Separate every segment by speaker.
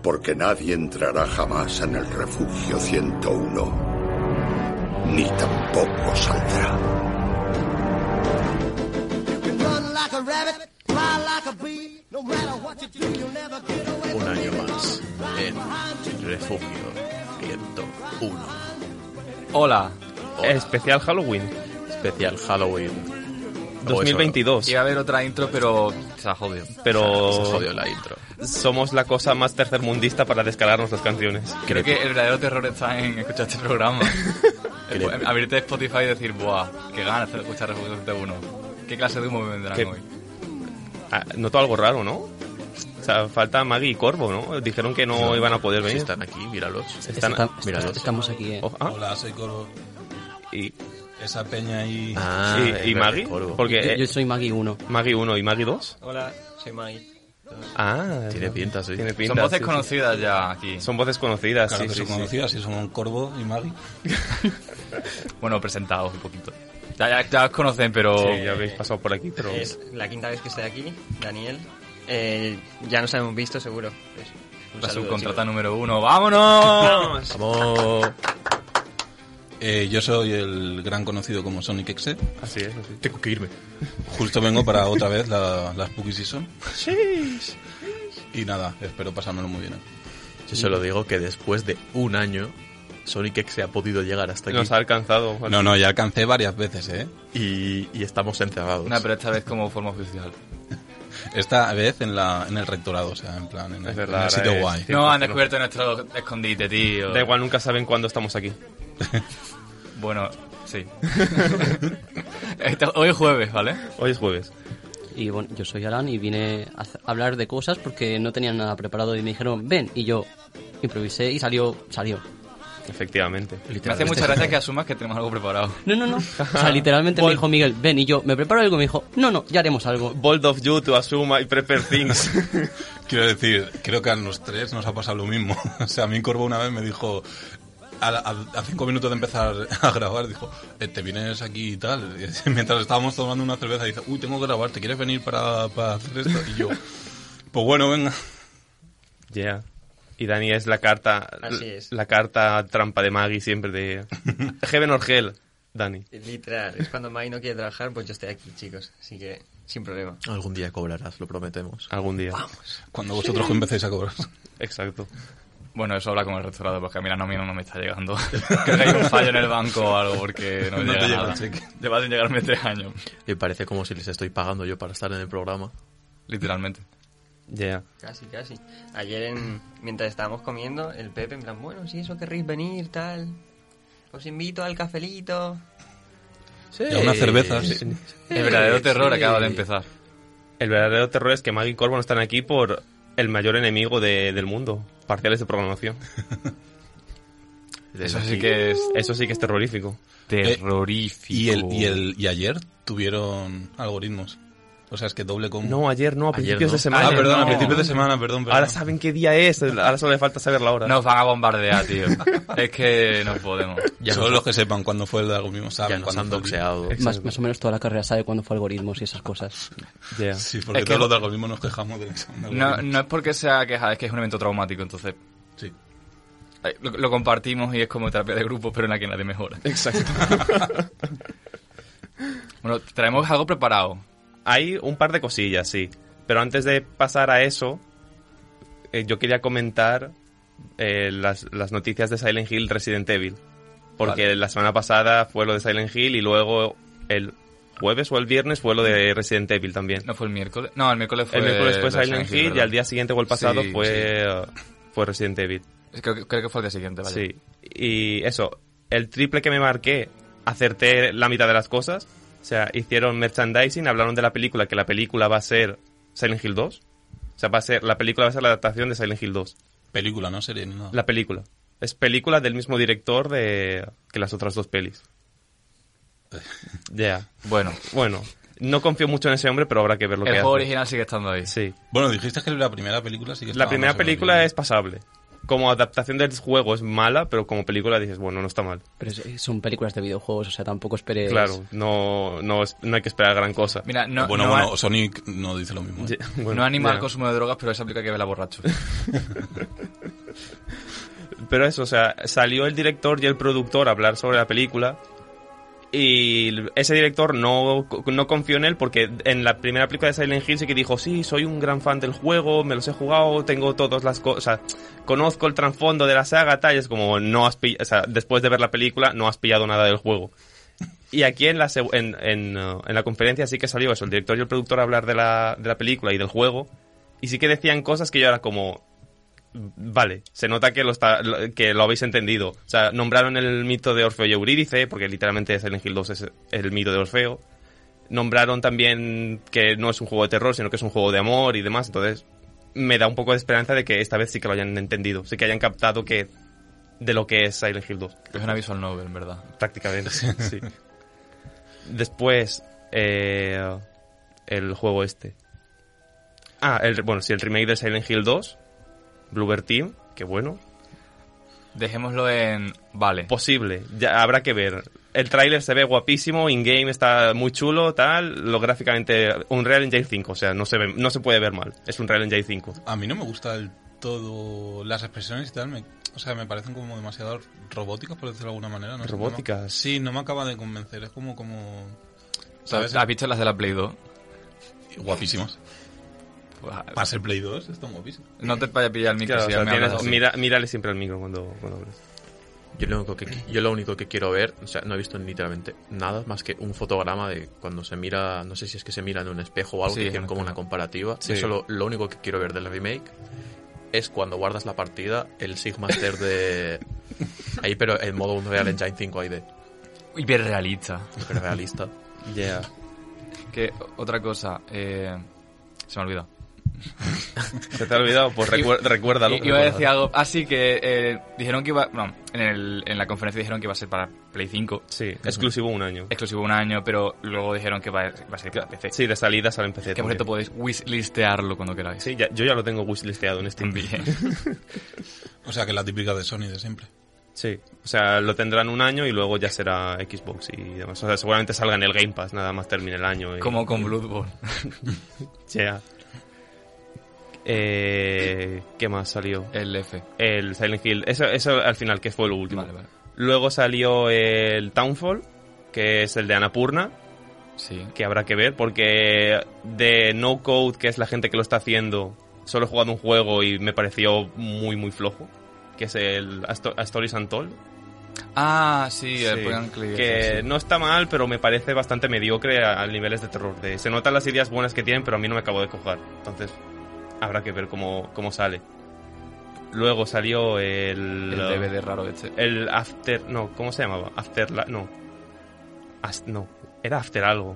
Speaker 1: Porque nadie entrará jamás en el refugio 101, ni tampoco saldrá.
Speaker 2: Un año más en Refugio 101.
Speaker 3: Hola,
Speaker 2: Hola.
Speaker 3: especial Halloween
Speaker 2: Especial Halloween. O eso,
Speaker 3: 2022.
Speaker 4: Iba a haber otra intro, pero se ha jodido.
Speaker 3: Pero
Speaker 2: Se jodió la intro.
Speaker 3: somos la cosa más tercermundista para descargarnos las canciones.
Speaker 4: Creo que el verdadero terror está en escuchar este programa. El-
Speaker 2: Creepy.
Speaker 4: Abrirte Spotify y decir, ¡buah! ¡Qué ganas de escuchar Refugio 101! ¿Qué clase de humo me vendrán
Speaker 3: Qué-
Speaker 4: hoy?
Speaker 3: Ah, noto algo raro, ¿no? O sea, falta Maggie y Corvo, ¿no? Dijeron que no, iban a poder
Speaker 2: Si
Speaker 3: venir.
Speaker 2: están aquí, míralos.
Speaker 3: Están-
Speaker 5: Está-
Speaker 2: míralos.
Speaker 5: estamos aquí. eh.
Speaker 3: Oh, ah,
Speaker 6: Hola, soy Corvo.
Speaker 3: y,
Speaker 6: Esa peña ahí.
Speaker 2: Ah,
Speaker 3: y-
Speaker 2: es
Speaker 3: y
Speaker 2: verdad,
Speaker 3: Maggie,
Speaker 2: Corvo.
Speaker 3: porque
Speaker 5: Yo,
Speaker 3: eh,
Speaker 5: yo soy Maggie 1.
Speaker 3: Maggie 1 y Maggie 2.
Speaker 7: Hola, soy Maggie.
Speaker 3: Ah,
Speaker 2: Tiene pinta, sí.
Speaker 3: Tiene pinta,
Speaker 4: Son voces
Speaker 3: sí, sí.
Speaker 4: conocidas ya aquí.
Speaker 3: Son voces conocidas,
Speaker 6: Claro
Speaker 3: sí,
Speaker 6: que
Speaker 3: sí,
Speaker 6: son
Speaker 3: sí.
Speaker 6: conocidas, sí, son Corvo y Maggie.
Speaker 4: Bueno, presentados un poquito. Ya, ya, ya os conocen, pero...
Speaker 3: Sí, Oh, ya habéis pasado por aquí, pero...
Speaker 7: Es la quinta vez que estoy aquí, Daniel. Eh, ya nos hemos visto, seguro. Pues, un
Speaker 4: La
Speaker 7: saludo,
Speaker 4: subcontrata
Speaker 7: chicos.
Speaker 4: número uno. ¡Vámonos!
Speaker 2: Vamos.
Speaker 6: Eh, yo soy el gran conocido como Sonic Exe.
Speaker 3: Así es, así.
Speaker 2: Tengo que irme.
Speaker 6: Justo vengo para otra vez la, la Spooky Season. Y nada, espero pasármelo muy bien.
Speaker 2: Yo solo digo que después de un año, Sonic X se ha podido llegar hasta aquí.
Speaker 3: Nos ha alcanzado. Juan.
Speaker 6: No, no, ya alcancé varias veces, ¿eh?
Speaker 2: Y, y estamos encerrados.
Speaker 4: No, pero esta vez como forma oficial.
Speaker 6: Esta vez en, la, en el rectorado, o sea, en plan, en el,
Speaker 3: Es verdad,
Speaker 6: en el sitio
Speaker 3: ahora es-
Speaker 6: guay.
Speaker 3: Sí,
Speaker 4: No, han
Speaker 3: porque no.
Speaker 4: descubierto nuestro escondite, tío.
Speaker 3: Da igual, nunca saben cuándo estamos aquí.
Speaker 4: Bueno, sí. Esto- hoy es jueves, ¿vale?
Speaker 3: Hoy es jueves.
Speaker 5: Y bueno, yo soy Alan y vine a hacer- hablar de cosas porque no tenían nada preparado y me dijeron, ven, y yo improvisé y salió, salió.
Speaker 3: Efectivamente.
Speaker 4: Me hace mucha gracia que asumas que tenemos algo preparado.
Speaker 5: No, no, no. O sea, literalmente me
Speaker 3: Vol-
Speaker 5: dijo Miguel, ven, y yo me preparo algo y me dijo, no, no, ya haremos algo.
Speaker 3: Bold of you to assume I prepare things.
Speaker 6: Quiero decir, creo que a los tres nos ha pasado lo mismo. O sea, a mí Corvo una vez me dijo, a, la- a- a cinco minutos de empezar a grabar, dijo, "Eh, te vienes aquí y tal. Y mientras estábamos tomando una cerveza, dice, uy, tengo que grabar, ¿te quieres venir para, para hacer esto? Y yo, pues bueno, venga.
Speaker 3: Yeah. Y Dani es la carta.
Speaker 7: Así es.
Speaker 3: La carta trampa de Maggie siempre de. Heaven or Hell, Dani.
Speaker 7: Literal, es cuando Maggie no quiere trabajar, pues yo estoy aquí, chicos. Así que, sin problema.
Speaker 2: Algún día cobrarás, lo prometemos.
Speaker 3: Algún día.
Speaker 6: Cuando vosotros empecéis a cobrar.
Speaker 3: Exacto.
Speaker 4: Bueno, eso habla con el restaurador, porque a mí la nómina no me está llegando. Creo que hay un fallo en el banco o algo, porque no me
Speaker 6: No te
Speaker 4: llega
Speaker 6: llega el
Speaker 4: nada.
Speaker 6: cheque.
Speaker 4: Lleva sin llegarme tres años,
Speaker 2: Me parece como si les estoy pagando yo para estar en el programa.
Speaker 4: literalmente.
Speaker 3: Yeah.
Speaker 7: Casi, casi. Ayer, en- mientras estábamos comiendo, el Pepe, en plan, bueno, si eso querréis venir, tal. Os invito al cafelito.
Speaker 6: Y a unas
Speaker 2: Eh,
Speaker 6: cervezas.
Speaker 4: El verdadero terror
Speaker 2: sí.
Speaker 4: acaba de empezar.
Speaker 3: El verdadero terror es que Maggie y Corvo no están aquí por el mayor enemigo de- del mundo: parciales de programación.
Speaker 2: Desde
Speaker 4: Eso
Speaker 2: aquí,
Speaker 4: sí que es
Speaker 3: Eso sí que es terrorífico.
Speaker 4: terrorífico.
Speaker 6: Eh, Y, el, y, el, y ayer tuvieron algoritmos. O sea, es que doble combo.
Speaker 3: No, ayer no, a
Speaker 2: Ayer
Speaker 3: principios
Speaker 2: no.
Speaker 3: de semana.
Speaker 6: ah, perdón,
Speaker 4: no.
Speaker 6: a principios de semana, perdón. perdón.
Speaker 3: Ahora saben qué día es. Ahora solo le falta saber la hora.
Speaker 4: Nos van a bombardear, tío. es que no podemos.
Speaker 2: Ya
Speaker 6: Solo
Speaker 2: nos-
Speaker 6: los que sepan cuándo fue el algoritmo saben
Speaker 2: Ya nos
Speaker 6: cuándo
Speaker 2: han
Speaker 6: fue el-
Speaker 2: doxeado.
Speaker 5: Más, más o menos toda la carrera sabe cuándo fue algoritmos y esas cosas.
Speaker 3: Yeah.
Speaker 6: Sí, porque
Speaker 4: Es que-
Speaker 6: todos los de algoritmos nos quejamos de eso.
Speaker 4: No, no es porque sea queja, es que es un evento traumático, entonces
Speaker 6: Sí.
Speaker 4: eh, lo, lo compartimos y es como terapia de grupo, pero en la que nadie mejora.
Speaker 3: Exacto.
Speaker 4: Bueno, traemos algo preparado.
Speaker 3: Hay un par de cosillas, sí. Pero antes de pasar a eso, eh, yo quería comentar eh, las, las noticias de Silent Hill Resident Evil. Porque
Speaker 4: Vale.
Speaker 3: la semana pasada fue lo de Silent Hill y luego el jueves o el viernes fue lo de Resident Evil también.
Speaker 4: Mm. ¿No fue el miércoles? No, el miércoles fue...
Speaker 3: el miércoles fue Silent Hill y
Speaker 4: ¿verdad?
Speaker 3: al día siguiente o el pasado
Speaker 4: Sí,
Speaker 3: fue, uh, fue Resident Evil.
Speaker 4: Creo, que- creo que fue el día siguiente, vale.
Speaker 3: Sí. Y eso, el triple que me marqué, acerté la mitad de las cosas. O sea, hicieron merchandising, hablaron de la película, que la película va a ser Silent Hill 2. O sea, va a ser, la película va a ser la adaptación de Silent Hill 2.
Speaker 6: Película, no serie ni nada.
Speaker 3: La película. Es película del mismo director de, que las otras dos pelis. Ya.
Speaker 4: Bueno,
Speaker 3: Bueno, no confío mucho en ese hombre, pero habrá que ver lo
Speaker 4: el
Speaker 3: que
Speaker 4: juego
Speaker 3: hace.
Speaker 4: original sigue estando ahí.
Speaker 3: Sí.
Speaker 6: Bueno, dijiste que la primera película sí que
Speaker 3: La
Speaker 6: estaba
Speaker 3: primera
Speaker 6: más o menos
Speaker 3: película
Speaker 6: bien.
Speaker 3: es pasable. Como adaptación del juego es mala, pero como película dices, bueno, no está mal.
Speaker 5: Pero es- son películas de videojuegos, o sea, tampoco esperes.
Speaker 3: Claro, no, no, es- no hay que esperar gran cosa.
Speaker 4: Mira, no,
Speaker 6: Pues bueno,
Speaker 4: no,
Speaker 6: bueno,
Speaker 4: a-
Speaker 6: Sonic no dice lo mismo. ¿eh?
Speaker 3: Ya, bueno,
Speaker 4: no anima
Speaker 3: ya.
Speaker 4: al consumo de drogas, pero esa aplica que vela borracho.
Speaker 3: Pero eso, o sea, salió el director y el productor a hablar sobre la película. Y ese director no, no confió en él porque en la primera película de Silent Hill sí que dijo, sí, soy un gran fan del juego, me los he jugado, tengo todas las cosas, conozco el trasfondo de la saga, tal, y es como, no has pi- o sea, después de ver la película no has pillado nada del juego. Y aquí en la, seg- en, en, uh, en la conferencia sí que salió eso, el director y el productor a hablar de la, de la película y del juego, y sí que decían cosas que yo era como, Vale, se nota que lo, está, lo- que lo habéis entendido. O sea, nombraron el mito de Orfeo y Eurídice, porque literalmente Silent Hill 2 es el mito de Orfeo. Nombraron también que no es un juego de terror, sino que es un juego de amor y demás. Entonces, me da un poco de esperanza de que esta vez sí que lo hayan entendido, sí que hayan captado que de lo que es Silent Hill 2
Speaker 4: es una visual novel, en verdad.
Speaker 3: prácticamente. sí. Después, eh, el juego este. Ah, el, bueno, sí, el remake de Silent Hill 2, Bluebird Team, que bueno.
Speaker 4: Dejémoslo en... Vale.
Speaker 3: Posible, ya habrá que ver. El tráiler se ve guapísimo, in-game está muy chulo, tal. Lo gráficamente, un Real Engine 5, o sea, no se, ve, no se puede ver mal. Es un Real Engine 5.
Speaker 6: A mí no me gusta del todo las expresiones y tal. me- o sea, me parecen como demasiado robóticas, por decirlo de alguna manera. No sé, no me-
Speaker 3: Robóticas.
Speaker 6: sí, no me acaba de convencer. Es como... como ¿Sabes?
Speaker 4: ¿Has visto las de la Play 2?
Speaker 6: Guapísimas.
Speaker 4: Pues,
Speaker 6: Para ser Play 2 están guapísimas.
Speaker 4: no te vayas a pillar el micro
Speaker 3: Claro,
Speaker 4: si
Speaker 3: o
Speaker 4: ya
Speaker 3: sea,
Speaker 4: me
Speaker 3: tienes-
Speaker 4: hablas así.
Speaker 3: mira- mírale siempre al micro cuando, cuando hables.
Speaker 2: Yo lo, único que, yo lo único que quiero ver, o sea, no he visto literalmente nada más que un fotograma de cuando se mira, no sé si es que se mira en un espejo o algo,
Speaker 4: Sí,
Speaker 2: que
Speaker 4: en
Speaker 2: hicieron
Speaker 4: un
Speaker 2: como una
Speaker 4: espejo.
Speaker 2: comparativa.
Speaker 3: Sí.
Speaker 2: Eso lo, lo único que quiero ver del remake es cuando guardas la partida, el Sigmaster de... Ahí, pero en modo Real Engine 5 ahí de...
Speaker 4: Hiperrealista.
Speaker 2: Realista.
Speaker 4: Que otra cosa, eh, se me olvidó.
Speaker 3: ¿Se te ha olvidado? Pues recuer- recuérdalo.
Speaker 4: I- Eh, iba a decir algo, así que eh, dijeron que iba, bueno, en, el- en la conferencia dijeron que iba a ser para Play 5,
Speaker 3: Sí, exclusivo un año.
Speaker 4: exclusivo un año, pero luego dijeron que va a, va a ser para PC.
Speaker 3: Sí, de salida sale en PC.
Speaker 4: que por cierto
Speaker 3: también.
Speaker 4: podéis wishlistearlo cuando queráis.
Speaker 3: Sí, ya- yo ya lo tengo wishlisteado en Steam.
Speaker 4: Bien.
Speaker 6: O sea, que es la típica de Sony de siempre.
Speaker 3: Sí, o sea, lo tendrán un año y luego ya será Xbox y demás. O sea, seguramente salga en el Game Pass, nada más termine el año. y-
Speaker 4: Como con Bloodborne.
Speaker 3: sea. Eh, ¿Qué más salió?
Speaker 4: El F.
Speaker 3: El Silent Hill. Eso, eso al final, que fue lo último.
Speaker 4: Vale, vale.
Speaker 3: Luego salió el Townfall, que es el de Anapurna.
Speaker 4: Sí.
Speaker 3: que habrá que ver, porque de No Code, que es la gente que lo está haciendo, solo he jugado un juego y me pareció muy, muy flojo, que es el Asto- A Stories Untold.
Speaker 4: Ah, sí, el
Speaker 3: Sí,
Speaker 4: point and click,
Speaker 3: que
Speaker 4: sí.
Speaker 3: no está mal, pero me parece bastante mediocre a, a niveles de terror. De- se notan las ideas buenas que tienen, pero a mí no me acabo de cojar. Entonces, habrá que ver cómo, cómo sale. Luego salió el...
Speaker 4: El DVD raro este.
Speaker 3: el After... No, ¿cómo se llamaba? After... la- no. As- no, era After algo.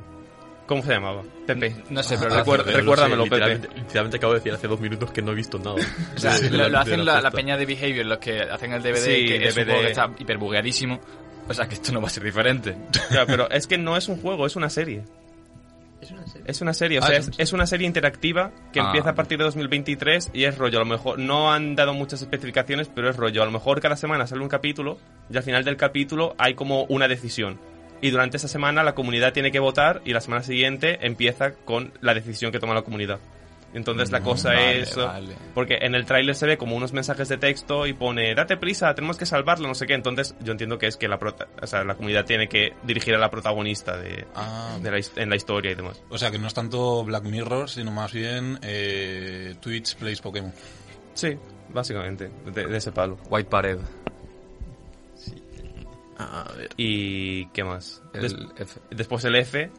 Speaker 3: ¿Cómo se llamaba? Pepe.
Speaker 4: No sé, pero
Speaker 3: Ah,
Speaker 4: lo
Speaker 2: Recuerda-
Speaker 4: hacen-
Speaker 2: no sé,
Speaker 3: recuérdamelo,
Speaker 2: literalmente, literalmente acabo de decir hace dos minutos que no he visto nada.
Speaker 4: O sea,
Speaker 2: Sí, de
Speaker 4: lo, lo
Speaker 2: de
Speaker 4: hacen la, la
Speaker 2: fiesta.
Speaker 4: peña de Behavior, los que hacen el DVD,
Speaker 3: Sí,
Speaker 4: que es un
Speaker 3: DVD.
Speaker 4: juego que está hiperbugueadísimo. O sea, que esto no va a ser diferente.
Speaker 3: Claro, pero es que no es un juego, es una serie.
Speaker 7: Es una serie.
Speaker 3: Es una serie, o
Speaker 6: Ah,
Speaker 3: sea,
Speaker 6: es
Speaker 3: es,
Speaker 6: un-
Speaker 3: es una serie interactiva que
Speaker 4: Ah.
Speaker 3: empieza a partir de 2023 y es rollo. A lo mejor no han dado muchas especificaciones, pero es rollo. A lo mejor cada semana sale un capítulo y al final del capítulo hay como una decisión. Y durante esa semana la comunidad tiene que votar y la semana siguiente empieza con la decisión que toma la comunidad. Entonces la cosa
Speaker 4: Mm, vale,
Speaker 3: es...
Speaker 4: vale.
Speaker 3: Porque en el tráiler se ve como unos mensajes de texto y pone, date prisa, tenemos que salvarlo, no sé qué. Entonces yo entiendo que es que la, prota- o sea, la comunidad tiene que dirigir a la protagonista de,
Speaker 6: Ah,
Speaker 3: de la his- en la historia y demás.
Speaker 6: o sea, que no es tanto Black Mirror, sino más bien eh, Twitch Plays Pokémon.
Speaker 3: Sí, básicamente, de, de ese palo.
Speaker 4: White Pared.
Speaker 2: A ver,
Speaker 3: ¿Y qué más?
Speaker 4: El
Speaker 3: Des-
Speaker 4: F.
Speaker 3: después el F,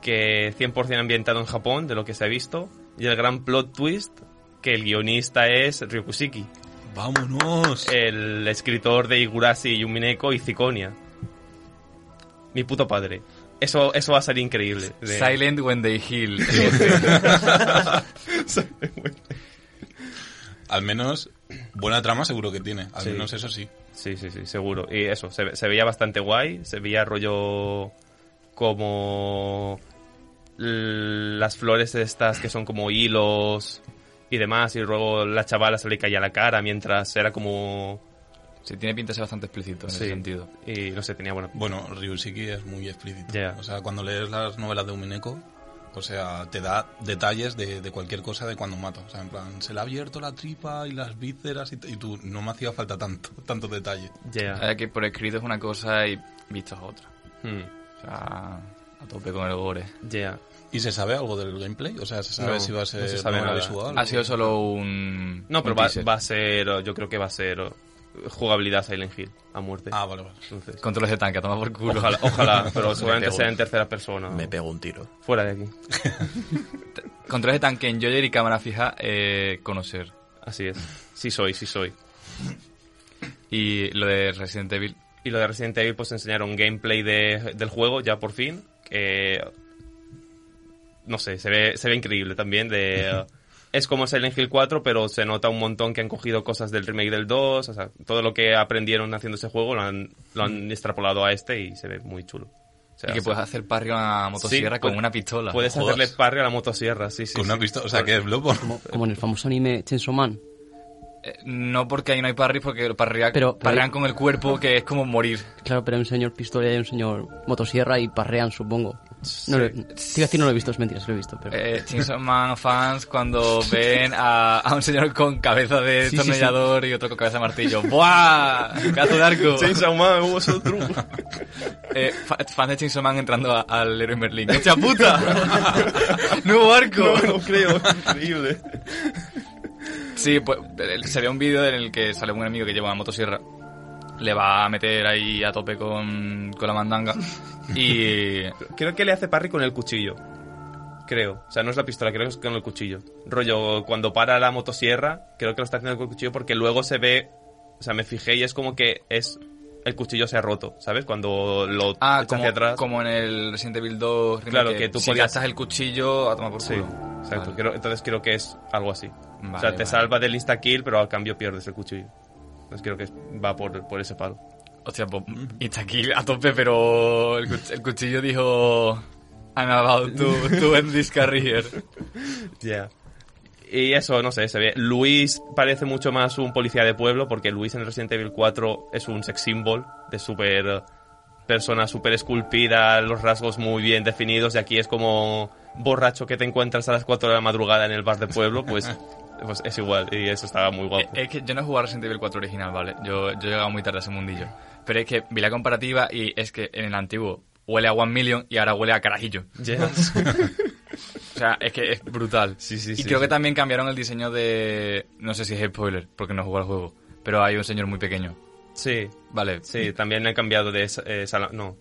Speaker 3: que 100% ambientado en Japón, de lo que se ha visto. Y el gran plot twist, que el guionista es Ryokusiki,
Speaker 6: ¡Vámonos!
Speaker 3: el escritor de Igurashi, Yumineko y Ciconia. Mi puto padre. Eso, eso va a ser increíble. De-
Speaker 4: Silent When They Heal.
Speaker 3: Silent Witness.
Speaker 6: al menos buena trama seguro que tiene. Al
Speaker 3: Sí.
Speaker 6: menos eso sí.
Speaker 3: Sí, sí, sí, seguro. Y eso, se, ve- se veía bastante guay, se veía rollo como l- las flores estas que son como hilos y demás, y luego la chavala se le caía la cara mientras era como...
Speaker 4: Sí, tiene pinta de ser bastante explícito en
Speaker 3: Sí.
Speaker 4: ese sentido.
Speaker 3: Y no sé, tenía buena...
Speaker 6: Bueno, Ryushiki es muy explícito.
Speaker 3: Ya.
Speaker 6: O sea, cuando lees las novelas de Umineko, o sea, te da detalles de, de cualquier cosa de cuando mata. O sea, en plan, se le ha abierto la tripa y las vísceras y, t- y tú, no me hacía falta tanto, tanto detalle.
Speaker 3: Ya.
Speaker 4: Es que por escrito es una cosa y visto es otra.
Speaker 3: Hmm,
Speaker 4: O sea, a tope con el gore.
Speaker 3: ya.
Speaker 6: ¿Y se sabe algo del gameplay? O sea, ¿se sabe
Speaker 3: No,
Speaker 6: si va a
Speaker 3: no
Speaker 6: ser
Speaker 3: se sabe
Speaker 6: novela
Speaker 3: nada. Ah,
Speaker 6: visual?
Speaker 4: Ha sido solo un.
Speaker 3: No,
Speaker 4: un
Speaker 3: pero va,
Speaker 4: teaser.
Speaker 3: va a ser, oh, yo creo que va a ser oh, jugabilidad Silent Hill, a muerte.
Speaker 6: Ah, vale, vale.
Speaker 3: Entonces,
Speaker 4: Controles de tanque, a tomar por culo.
Speaker 3: ojalá, ojalá, pero seguramente
Speaker 2: pego.
Speaker 3: sea en tercera persona.
Speaker 2: Me pego un tiro.
Speaker 3: Fuera de aquí.
Speaker 4: Controles de tanque en Joyer y cámara fija, eh, conocer.
Speaker 3: Así es. Sí soy, sí soy.
Speaker 4: Y lo de Resident Evil,
Speaker 3: Y lo de Resident Evil, pues enseñaron gameplay de- del juego, ya por fin. Que. No sé, se ve, se ve increíble también. De, eh, es como Silent Hill 4, pero se nota un montón que han cogido cosas del remake del 2. O sea, todo lo que aprendieron haciendo ese juego lo han, lo han extrapolado a este y se ve muy chulo. O sea,
Speaker 4: Mm. y que
Speaker 3: se-
Speaker 4: puedes hacer parry a una motosierra
Speaker 3: Sí,
Speaker 4: con
Speaker 3: puede-
Speaker 4: una pistola.
Speaker 3: puedes
Speaker 6: Jodas.
Speaker 3: hacerle parry a la motosierra, sí, sí.
Speaker 6: Con una
Speaker 3: sí.
Speaker 6: pistola, o sea, que es Blobo.
Speaker 5: Como, como en el famoso anime Chainsaw Man.
Speaker 4: Eh, no porque ahí no hay parry, porque parrea-
Speaker 5: Pero-
Speaker 4: parrean
Speaker 5: pero-
Speaker 4: con el cuerpo, que es como morir.
Speaker 5: Claro, pero hay un señor pistola y hay un señor motosierra y parrean, supongo. No, lo- te iba a decir no lo he visto, es mentira, sí lo he visto. Pero...
Speaker 4: Eh, Chainsaw Man fans cuando ven a, a un señor con cabeza de
Speaker 5: Sí, sí, sí.
Speaker 4: tornillador y otro con cabeza de martillo. ¡Buah! ¡Cazo de arco!
Speaker 3: Chainsaw Man, hubo su truco.
Speaker 4: Eh, fa- fans de Chainsaw Man entrando a- al héroe Merlin. ¡Hecha puta! ¡Nuevo arco!
Speaker 3: No creo, increíble.
Speaker 4: Sí, pues eh, se ve un vídeo en el que sale un enemigo que lleva una motosierra. Le va a meter ahí a tope con, con la mandanga. Y.
Speaker 3: Creo que le hace parry con el cuchillo. Creo. O sea, no es la pistola, creo que es con el cuchillo. Rollo, cuando para la motosierra, creo que lo está haciendo con el cuchillo porque luego se ve. O sea, me fijé y es como que es. El cuchillo se ha roto, ¿sabes? Cuando lo
Speaker 4: Ah,
Speaker 3: echa
Speaker 4: como,
Speaker 3: hacia atrás.
Speaker 4: como en el Resident Evil 2. remake,
Speaker 3: Claro, que tú
Speaker 4: si
Speaker 3: podías-
Speaker 4: gastas el cuchillo, a tomar por
Speaker 3: Sí,
Speaker 4: culo.
Speaker 3: exacto.
Speaker 4: Vale.
Speaker 3: Creo- entonces creo que es algo así. o sea,
Speaker 4: Vale,
Speaker 3: te
Speaker 4: vale.
Speaker 3: salva del insta kill, pero al cambio pierdes el cuchillo. Entonces creo que es- va por, por ese palo.
Speaker 4: Hostia, pues
Speaker 3: Mm.
Speaker 4: está aquí a tope, pero el, cuch- el cuchillo dijo. I'm about to, to end this career.
Speaker 3: Ya. Y eso, no sé, se ve. Luis parece mucho más un policía de pueblo, porque Luis en Resident Evil 4 es un sex symbol de súper. eh, persona súper esculpida, los rasgos muy bien definidos, y aquí es como borracho que te encuentras a las 4 de la madrugada en el bar de pueblo, pues, pues es igual, y eso estaba muy guapo.
Speaker 4: Eh, Es que yo no he jugado Resident Evil 4 original, ¿vale? Yo, yo he llegado muy tarde a ese mundillo. Pero es que vi la comparativa y es que en el antiguo huele a One Million y ahora huele a carajillo.
Speaker 3: Ya.
Speaker 4: O sea, es que es brutal.
Speaker 3: Sí, sí,
Speaker 4: y
Speaker 3: sí,
Speaker 4: creo
Speaker 3: sí.
Speaker 4: que también cambiaron el diseño de... No sé si es spoiler, porque no he jugado al juego. Pero hay un señor muy pequeño.
Speaker 3: Sí,
Speaker 4: Vale.
Speaker 3: sí, también he cambiado de. sa- eh, sala- no.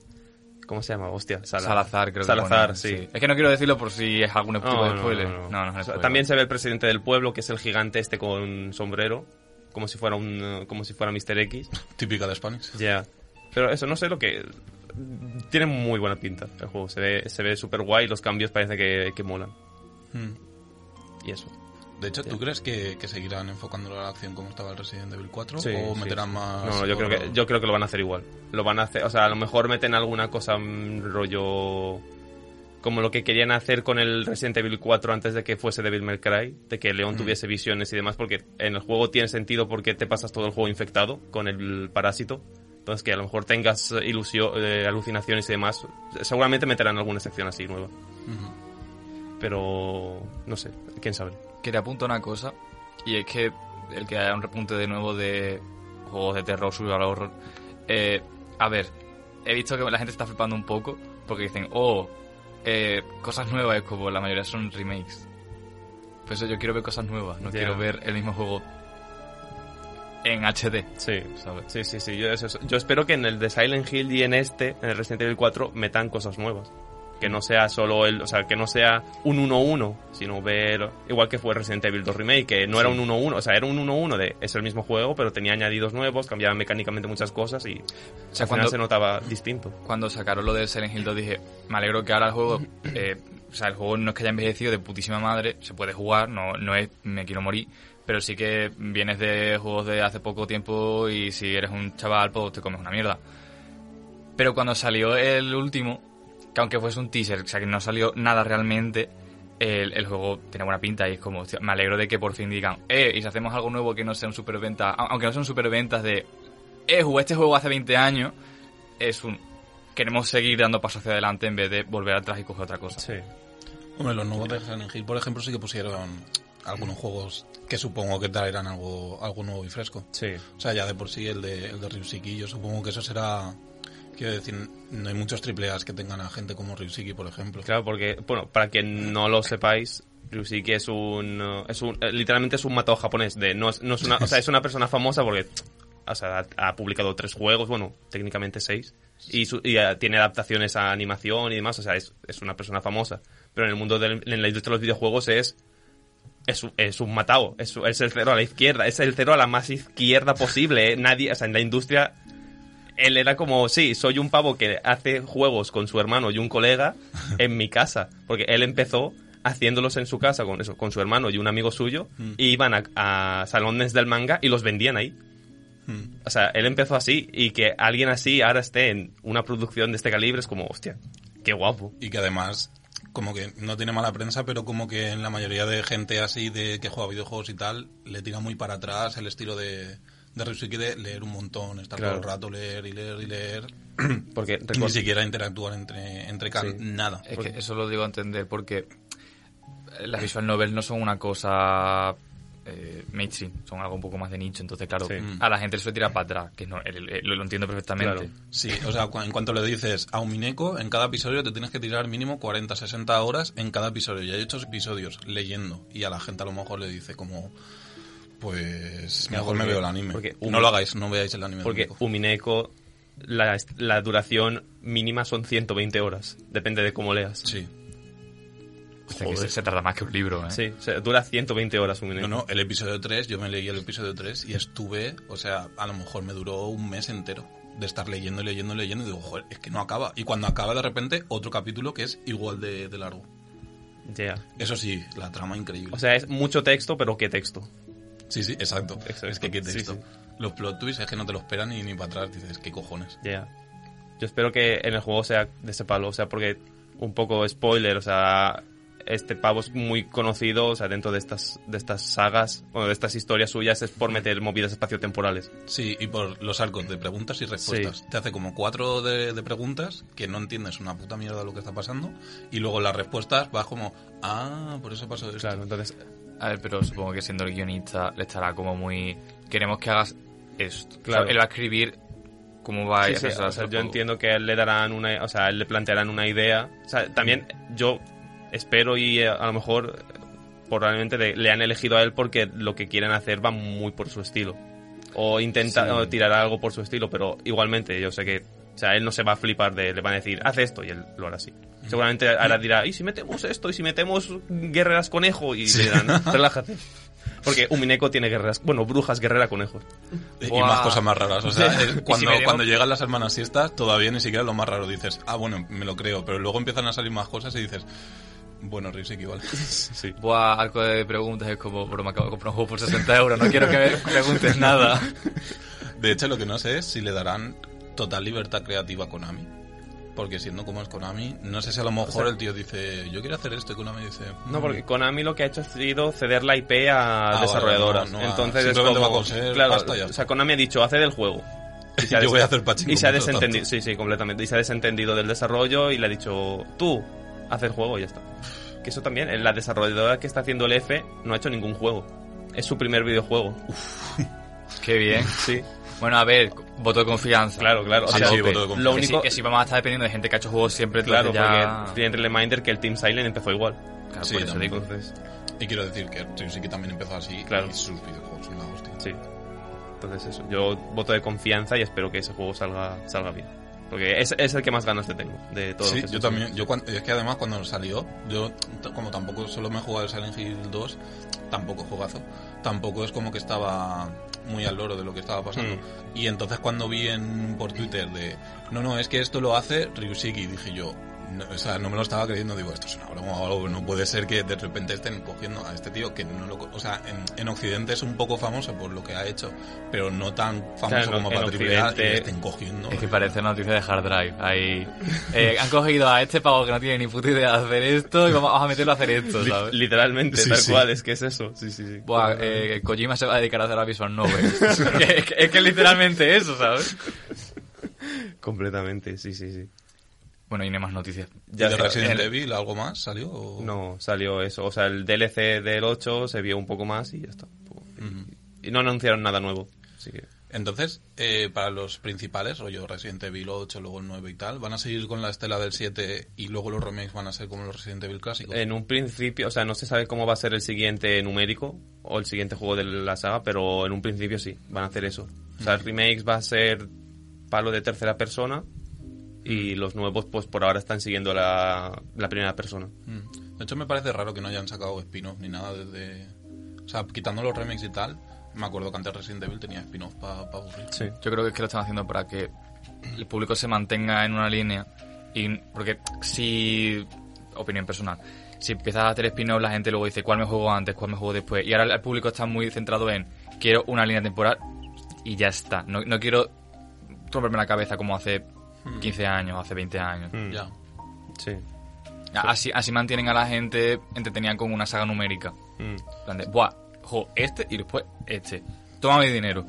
Speaker 3: ¿Cómo se llama? Hostia, sala-
Speaker 4: Salazar, creo que
Speaker 3: Salazar,
Speaker 4: ponen,
Speaker 3: sí.
Speaker 4: Es que no quiero decirlo por si es algún tipo
Speaker 3: No,
Speaker 4: de spoiler.
Speaker 3: no, no, no.
Speaker 4: No, no es
Speaker 3: O sea,
Speaker 4: spoiler.
Speaker 3: También se ve el presidente del pueblo, que es el gigante este con sombrero, como si fuera un eh, como si fuera Mr. X.
Speaker 6: Típica de Spanish.
Speaker 3: Ya. Pero eso no sé lo que tiene muy buena pinta el juego, se ve se ve super guay, los cambios parece que, que molan
Speaker 6: Mm.
Speaker 3: y eso.
Speaker 6: De hecho, ¿tú crees que, que seguirán enfocándolo a la acción como estaba el Resident Evil 4?
Speaker 3: Sí,
Speaker 6: ¿O
Speaker 3: sí,
Speaker 6: meterán
Speaker 3: sí.
Speaker 6: más...?
Speaker 3: No, no, yo creo que yo creo que lo van a hacer igual. Lo van a hacer, o sea, a lo mejor meten alguna cosa mm, rollo como lo que querían hacer con el Resident Evil 4 antes de que fuese Devil May Cry, de que León tuviese visiones y demás, porque en el juego tiene sentido porque te pasas todo el juego infectado con el parásito. Entonces que a lo mejor tengas eh, ilusio- eh, alucinaciones y demás. Seguramente meterán alguna sección así nueva.
Speaker 6: Ujú.
Speaker 3: Pero no sé, quién sabe.
Speaker 4: que te apunta una cosa, y es que el que haya un repunte de nuevo de juegos de terror, survival horror. eh, a ver, he visto que la gente está flipando un poco porque dicen, oh, eh, cosas nuevas, es como la mayoría son remakes. Por eso yo quiero ver cosas nuevas, no
Speaker 3: Ya.
Speaker 4: quiero ver el mismo juego en HD.
Speaker 3: Sí,
Speaker 4: ¿sabes?
Speaker 3: Sí, sí, sí. Yo, eso- yo espero que en el de Silent Hill y en este, en el Resident Evil 4, metan cosas nuevas. Que no sea solo el. O sea, que no sea un 1-1, sino ver. Igual que fue Resident Evil 2 Remake, que no era un 1-1, o sea, era un 1-1 de. Es el mismo juego, pero tenía añadidos nuevos, cambiaban mecánicamente muchas cosas y.
Speaker 4: O sea,
Speaker 3: al final
Speaker 4: cuando-
Speaker 3: se notaba distinto.
Speaker 4: cuando sacaron lo del Silent Hill 2 dije, me alegro que ahora el juego, eh, o sea, el juego no es que haya envejecido de putísima madre, se puede jugar, no, no es, me quiero morir, pero sí que vienes de juegos de hace poco tiempo y si eres un chaval, pues te comes una mierda. Pero cuando salió el último, que aunque fuese un teaser, o sea que no salió nada realmente, el, el juego tiene buena pinta y es como, hostia, me alegro de que por fin digan, eh, y si hacemos algo nuevo que no sea un superventa, au- aunque no sean superventas de, eh, jugué este juego hace 20 años, es un, queremos seguir dando pasos hacia adelante en vez de volver atrás y coger otra cosa.
Speaker 3: Sí.
Speaker 6: Hombre, los nuevos de Silent Hill, por ejemplo, sí que pusieron algunos juegos que supongo que traerán algo, algo nuevo y fresco.
Speaker 3: Sí.
Speaker 6: O sea, ya de por sí el de, el de Ryusiki, yo supongo que eso será... Quiero decir, no hay muchos triple A's que tengan a gente como Ryusiki, por ejemplo.
Speaker 3: Claro, porque, bueno, para quien no lo sepáis, Ryusiki es un, eh, es un eh, literalmente es un matado japonés. De, no es, no es una, o sea, es una persona famosa porque o sea, ha, ha publicado tres juegos, bueno, técnicamente seis, y, su- y, eh, tiene adaptaciones a animación y demás, o sea, es, es una persona famosa. Pero en el mundo, del, en la industria de los videojuegos es... Es un, es un matado, es, un- es el cero a la izquierda, es el cero a la más izquierda posible. eh. Nadie, o sea, en la industria él era como, sí, soy un pavo que hace juegos con su hermano y un colega en mi casa. Porque él empezó haciéndolos en su casa con eso, con su hermano y un amigo suyo,
Speaker 6: Mm.
Speaker 3: y iban a, a salones del manga y los vendían ahí.
Speaker 6: Hmm.
Speaker 3: O sea, él empezó así, y que alguien así ahora esté en una producción de este calibre es como, hostia, qué guapo.
Speaker 6: Y que además, como que no tiene mala prensa, pero como que en la mayoría de gente así de que juega videojuegos y tal, le tira muy para atrás el estilo de, de Ryusiki de leer un montón, estar
Speaker 3: Claro.
Speaker 6: todo el rato, leer y leer y leer.
Speaker 3: Porque
Speaker 6: Ni
Speaker 3: recor-
Speaker 6: siquiera interactuar entre, entre can-
Speaker 3: Sí. Eh,
Speaker 6: nada.
Speaker 4: Es
Speaker 3: pues
Speaker 4: que eso lo digo a entender porque eh, las visual novels no son una cosa eh, mainstream, son algo un poco más de nicho. Entonces, claro,
Speaker 3: Sí.
Speaker 4: a la gente le suele tirar para atrás, que no, el- el- lo, lo entiendo perfectamente.
Speaker 3: Claro.
Speaker 6: Sí, o sea, cu- en cuanto le dices a un mineco, en cada episodio te tienes que tirar mínimo 40, 60 horas en cada episodio. Y hay ocho episodios leyendo. Y a la gente a lo mejor le dice como, pues mejor me
Speaker 3: porque-
Speaker 6: veo el anime.
Speaker 3: porque-
Speaker 6: no lo hagáis, no veáis el anime. de
Speaker 3: porque
Speaker 6: Mineco.
Speaker 3: Umineko, la, la duración mínima son 120 horas, depende de cómo leas.
Speaker 6: Sí.
Speaker 4: O sea, que se, se tarda más que un libro, ¿eh?
Speaker 3: Sí, o sea, dura 120 horas Umineko.
Speaker 6: No, no, el episodio 3, yo me leí el episodio 3 y estuve, o sea, a lo mejor me duró un mes entero de estar leyendo, leyendo, leyendo y digo, joder, es que no acaba. Y cuando acaba de repente, otro capítulo que es igual de, de largo.
Speaker 3: Yeah.
Speaker 6: Eso sí, la trama increíble.
Speaker 3: O sea, es mucho texto, pero ¿qué texto?
Speaker 6: sí, sí, exacto.
Speaker 3: Exacto.
Speaker 6: Es que qué
Speaker 3: Sí,
Speaker 6: texto.
Speaker 3: sí.
Speaker 6: Los plot twists es que no te lo esperan ni, ni para atrás, dices, qué cojones.
Speaker 3: Ya. Yo espero que en el juego sea de ese palo, o sea, porque un poco spoiler, o sea, este pavo es muy conocido, o sea, dentro de estas, de estas sagas, bueno, de estas historias suyas es por meter movidas espaciotemporales.
Speaker 6: Sí, y por los arcos de preguntas y respuestas. Te hace como cuatro de, de preguntas que no entiendes una puta mierda lo que está pasando y luego las respuestas vas como, ah, por eso pasó esto.
Speaker 3: Claro, entonces,
Speaker 4: A ver, pero supongo que siendo el guionista le estará como muy... Queremos que hagas esto.
Speaker 3: Claro.
Speaker 4: Claro. él va a escribir cómo va a
Speaker 3: sí, sí,
Speaker 4: hacer
Speaker 3: o sea,
Speaker 4: el
Speaker 3: yo
Speaker 4: juego.
Speaker 3: entiendo que a él le darán una, o sea, a él le plantearán una idea, o sea, también yo espero y eh, a lo mejor eh, probablemente le, le han elegido a él porque lo que quieren hacer va muy por su estilo. O intenta o tirar algo por su estilo, pero igualmente yo sé que, o sea, él no se va a flipar de, le van a decir, haz esto y él lo hará así. Seguramente ahora dirá, ¿y si metemos esto? ¿Y si metemos guerreras conejo? Y le dirán, relájate. Porque Umineko tiene guerreras, bueno, brujas, guerrera, conejos.
Speaker 6: Y
Speaker 4: Buah.
Speaker 6: más cosas más raras. O sea, es
Speaker 4: Y si
Speaker 6: cuando,
Speaker 4: me dejo-
Speaker 6: cuando llegan las hermanas siestas, todavía ni siquiera es lo más raro dices, ah, bueno, me lo creo, pero luego empiezan a salir más cosas y dices, bueno, Risik igual.
Speaker 3: Sí.
Speaker 4: Buah, arco de preguntas es como, bro, me acabo de comprar un juego por 60 euros, no quiero que me preguntes nada.
Speaker 6: De hecho, lo que no sé es si le darán total libertad creativa a Konami. Porque siendo como es Konami, no sé si a lo mejor el tío dice, yo quiero hacer esto, y Konami dice...
Speaker 3: No,
Speaker 6: "Mm".
Speaker 3: porque Konami lo que ha hecho ha sido ceder la IP a
Speaker 6: Ah, vale,
Speaker 3: desarrolladoras.
Speaker 6: no, no, a-
Speaker 3: Entonces es
Speaker 6: simplemente
Speaker 3: como-
Speaker 6: va a conseguir
Speaker 3: claro,
Speaker 6: pasta y ya
Speaker 3: o sea, Konami ha dicho, hace del juego. Y
Speaker 6: Yo voy a hacer pachinko
Speaker 3: Y se ha
Speaker 6: mientras
Speaker 3: desentendido,
Speaker 6: tanto.
Speaker 3: sí, sí, completamente. Y se ha desentendido del desarrollo y le ha dicho, tú, haz el juego y ya está. Que eso también, eh, la desarrolladora que está haciendo el F no ha hecho ningún juego. Es su primer videojuego.
Speaker 4: Qué bien.
Speaker 3: Sí,
Speaker 4: Bueno, a ver, voto de confianza.
Speaker 3: claro, claro. O
Speaker 6: Sí,
Speaker 3: sea,
Speaker 6: sí, voto de
Speaker 3: lo
Speaker 6: confianza.
Speaker 4: Que
Speaker 3: único,
Speaker 4: si, que si vamos a estar dependiendo de gente que ha hecho juegos siempre,
Speaker 3: claro,
Speaker 4: claro, ya...
Speaker 3: porque tiene el reminder que el Team Silent empezó igual.
Speaker 4: Claro,
Speaker 6: Sí,
Speaker 4: por eso
Speaker 6: también.
Speaker 4: digo.
Speaker 3: Entonces,
Speaker 6: Y quiero decir que Ryusiki también empezó así
Speaker 3: Claro.
Speaker 6: y sus videojuegos son la hostia.
Speaker 3: Sí. Entonces eso, yo voto de confianza y espero que ese juego salga, salga bien. Porque es, es el que más ganas te tengo de todo.
Speaker 6: Sí,
Speaker 3: lo que
Speaker 6: yo
Speaker 3: es.
Speaker 6: también. Yo cuan- es que además cuando salió, yo t- como tampoco solo me he jugado el Silent Hill 2, tampoco jugazo, tampoco es como que estaba muy al loro de lo que estaba pasando.
Speaker 3: Hmm.
Speaker 6: Y entonces cuando vi en, por Twitter de, no, no, es que esto lo hace Ryusiki, dije yo, no, o sea, no me lo estaba creyendo. Digo, esto es una broma o algo. No puede ser que de repente estén cogiendo a este tío que no lo. co- O sea, en, en Occidente es un poco famoso por lo que ha hecho, pero no tan famoso
Speaker 3: Claro, en-
Speaker 6: como
Speaker 3: en
Speaker 6: para tripear y le
Speaker 3: Occidente-
Speaker 6: estén cogiendo.
Speaker 4: Es que parece noticia de Hard Drive. Ahí, eh, han cogido a este pavo que no tiene ni puta idea de hacer esto y vamos vamos a meterlo a hacer esto,
Speaker 3: Li-
Speaker 4: ¿sabes?
Speaker 3: Literalmente,
Speaker 6: Sí,
Speaker 3: tal
Speaker 6: sí.
Speaker 3: cual, es que es eso. Sí, sí, sí.
Speaker 4: Buah, eh, Kojima se va a dedicar a hacer la visual novel. es, que, es que- es que literalmente eso, ¿sabes?
Speaker 3: Completamente, sí, sí, sí.
Speaker 4: Bueno, y no hay más noticias.
Speaker 3: Ya
Speaker 6: ¿De
Speaker 3: está.
Speaker 6: Resident
Speaker 4: el-
Speaker 6: Evil algo más salió? o-
Speaker 3: No, salió eso. O sea, el DLC del 8 se vio un poco más y ya está.
Speaker 6: Ujú.
Speaker 3: Y no anunciaron nada nuevo. Así que...
Speaker 6: Entonces, eh, para los principales, rollo Resident Evil 8, luego el 9 y tal, ¿van a seguir con la estela del 7 y luego los remakes van a ser como los Resident Evil clásicos?
Speaker 3: En un principio, o sea, no se sabe cómo va a ser el siguiente numérico o el siguiente juego de la saga, pero en un principio sí, van a hacer eso. O sea, el remakes va a ser palo de tercera persona y los nuevos, pues por ahora están siguiendo la, la primera persona.
Speaker 6: Mm. De hecho, me parece raro que no hayan sacado spin-off ni nada desde... O sea, quitando los remakes y tal, me acuerdo que antes Resident Evil tenía spin-off para aburrir.
Speaker 3: Sí.
Speaker 4: Yo creo que es que lo están haciendo para que el público se mantenga en una línea. Y porque si, opinión personal, si empiezas a hacer spin-off, la gente luego dice cuál me juego antes, cuál me juego después. Y ahora el público está muy centrado en quiero una línea temporal y ya está. No, no quiero romperme la cabeza como hace 15 años, hace 20 años.
Speaker 3: Mm,
Speaker 6: Ya.
Speaker 3: Sí.
Speaker 4: Así, así mantienen a la gente entretenida con una saga numérica.
Speaker 3: Mm.
Speaker 4: En plan de, Buah, juego este y después este. Toma mi dinero.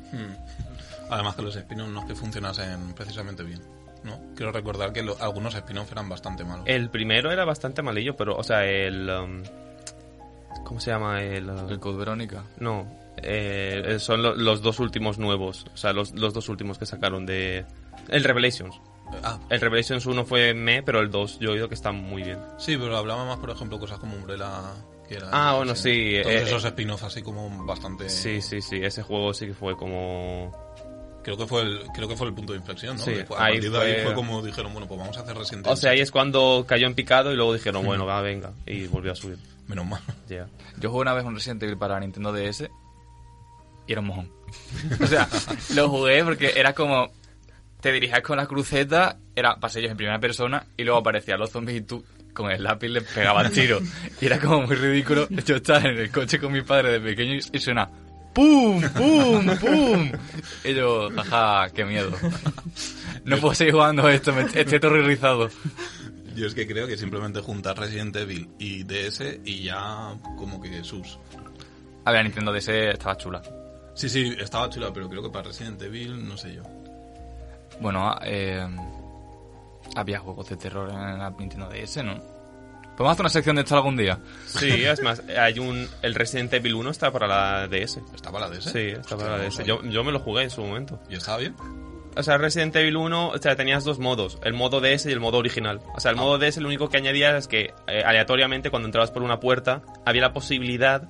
Speaker 6: Además que los spin-offs no es que funcionasen precisamente bien, ¿no? Quiero recordar que lo- algunos spin-offs eran bastante malos.
Speaker 3: El primero era bastante malillo, pero, o sea, el... um, ¿Cómo se llama? El... uh,
Speaker 4: El Code Verónica.
Speaker 3: No, eh, eh, son lo- los dos últimos nuevos, o sea, los, los dos últimos que sacaron de... El Revelations.
Speaker 6: Ah,
Speaker 3: El Revelations 1 fue me, pero el 2 yo he oído que está muy bien.
Speaker 6: sí, pero hablaba más, por ejemplo, cosas como Umbrella... Que era,
Speaker 3: Ah, bueno, sí,
Speaker 6: Todos
Speaker 3: eh,
Speaker 6: esos spin-offs así como bastante...
Speaker 3: Sí, sí, sí, ese juego sí que fue como...
Speaker 6: Creo que fue el, creo que fue el punto de inflexión, ¿no?
Speaker 3: Sí,
Speaker 6: Que fue- a
Speaker 3: ahí
Speaker 6: partir de ahí
Speaker 3: fue-
Speaker 6: fue como dijeron, bueno, pues vamos a hacer Resident Evil.
Speaker 3: O sea, ahí es cuando cayó en picado y luego dijeron, bueno, va, venga, y volvió a subir.
Speaker 6: Menos mal.
Speaker 3: Ya.
Speaker 4: Yo jugué una vez un Resident Evil para Nintendo DS y era un mojón. O sea, lo jugué porque era como. Te dirigías con la cruceta, era pasillos en primera persona y luego aparecían los zombies y tú con el lápiz les pegabas tiros. Y era como muy ridículo. Yo estaba en el coche con mi padre de pequeño y- y suena. ¡Pum! ¡Pum! ¡Pum! Y yo, jaja, qué miedo. No puedo seguir jugando a esto, me estoy aterrorizado.
Speaker 6: Yo es que creo que simplemente juntar Resident Evil y DS y ya como que sus.
Speaker 4: A ver, la Nintendo DS estaba chula.
Speaker 6: Sí, sí, estaba chula, pero creo que para Resident Evil, no sé yo.
Speaker 4: Bueno, ah, eh, había juegos de terror en la Nintendo DS, ¿no? ¿Podemos hacer una sección de esto algún día?
Speaker 3: Sí, es más, hay un... El Resident Evil 1 está para la DS.
Speaker 6: ¿Estaba la DS?
Speaker 3: Sí, está
Speaker 6: Hostia,
Speaker 3: para la
Speaker 6: no lo
Speaker 3: DS.
Speaker 6: sabía.
Speaker 3: Yo, yo me lo jugué en su momento.
Speaker 6: ¿Y estaba bien?
Speaker 3: O sea, Resident Evil 1, o sea, tenías dos modos, el modo DS y el modo original. O sea, el
Speaker 4: Ah.
Speaker 3: modo DS lo único que añadía es que eh, aleatoriamente cuando entrabas por una puerta había la posibilidad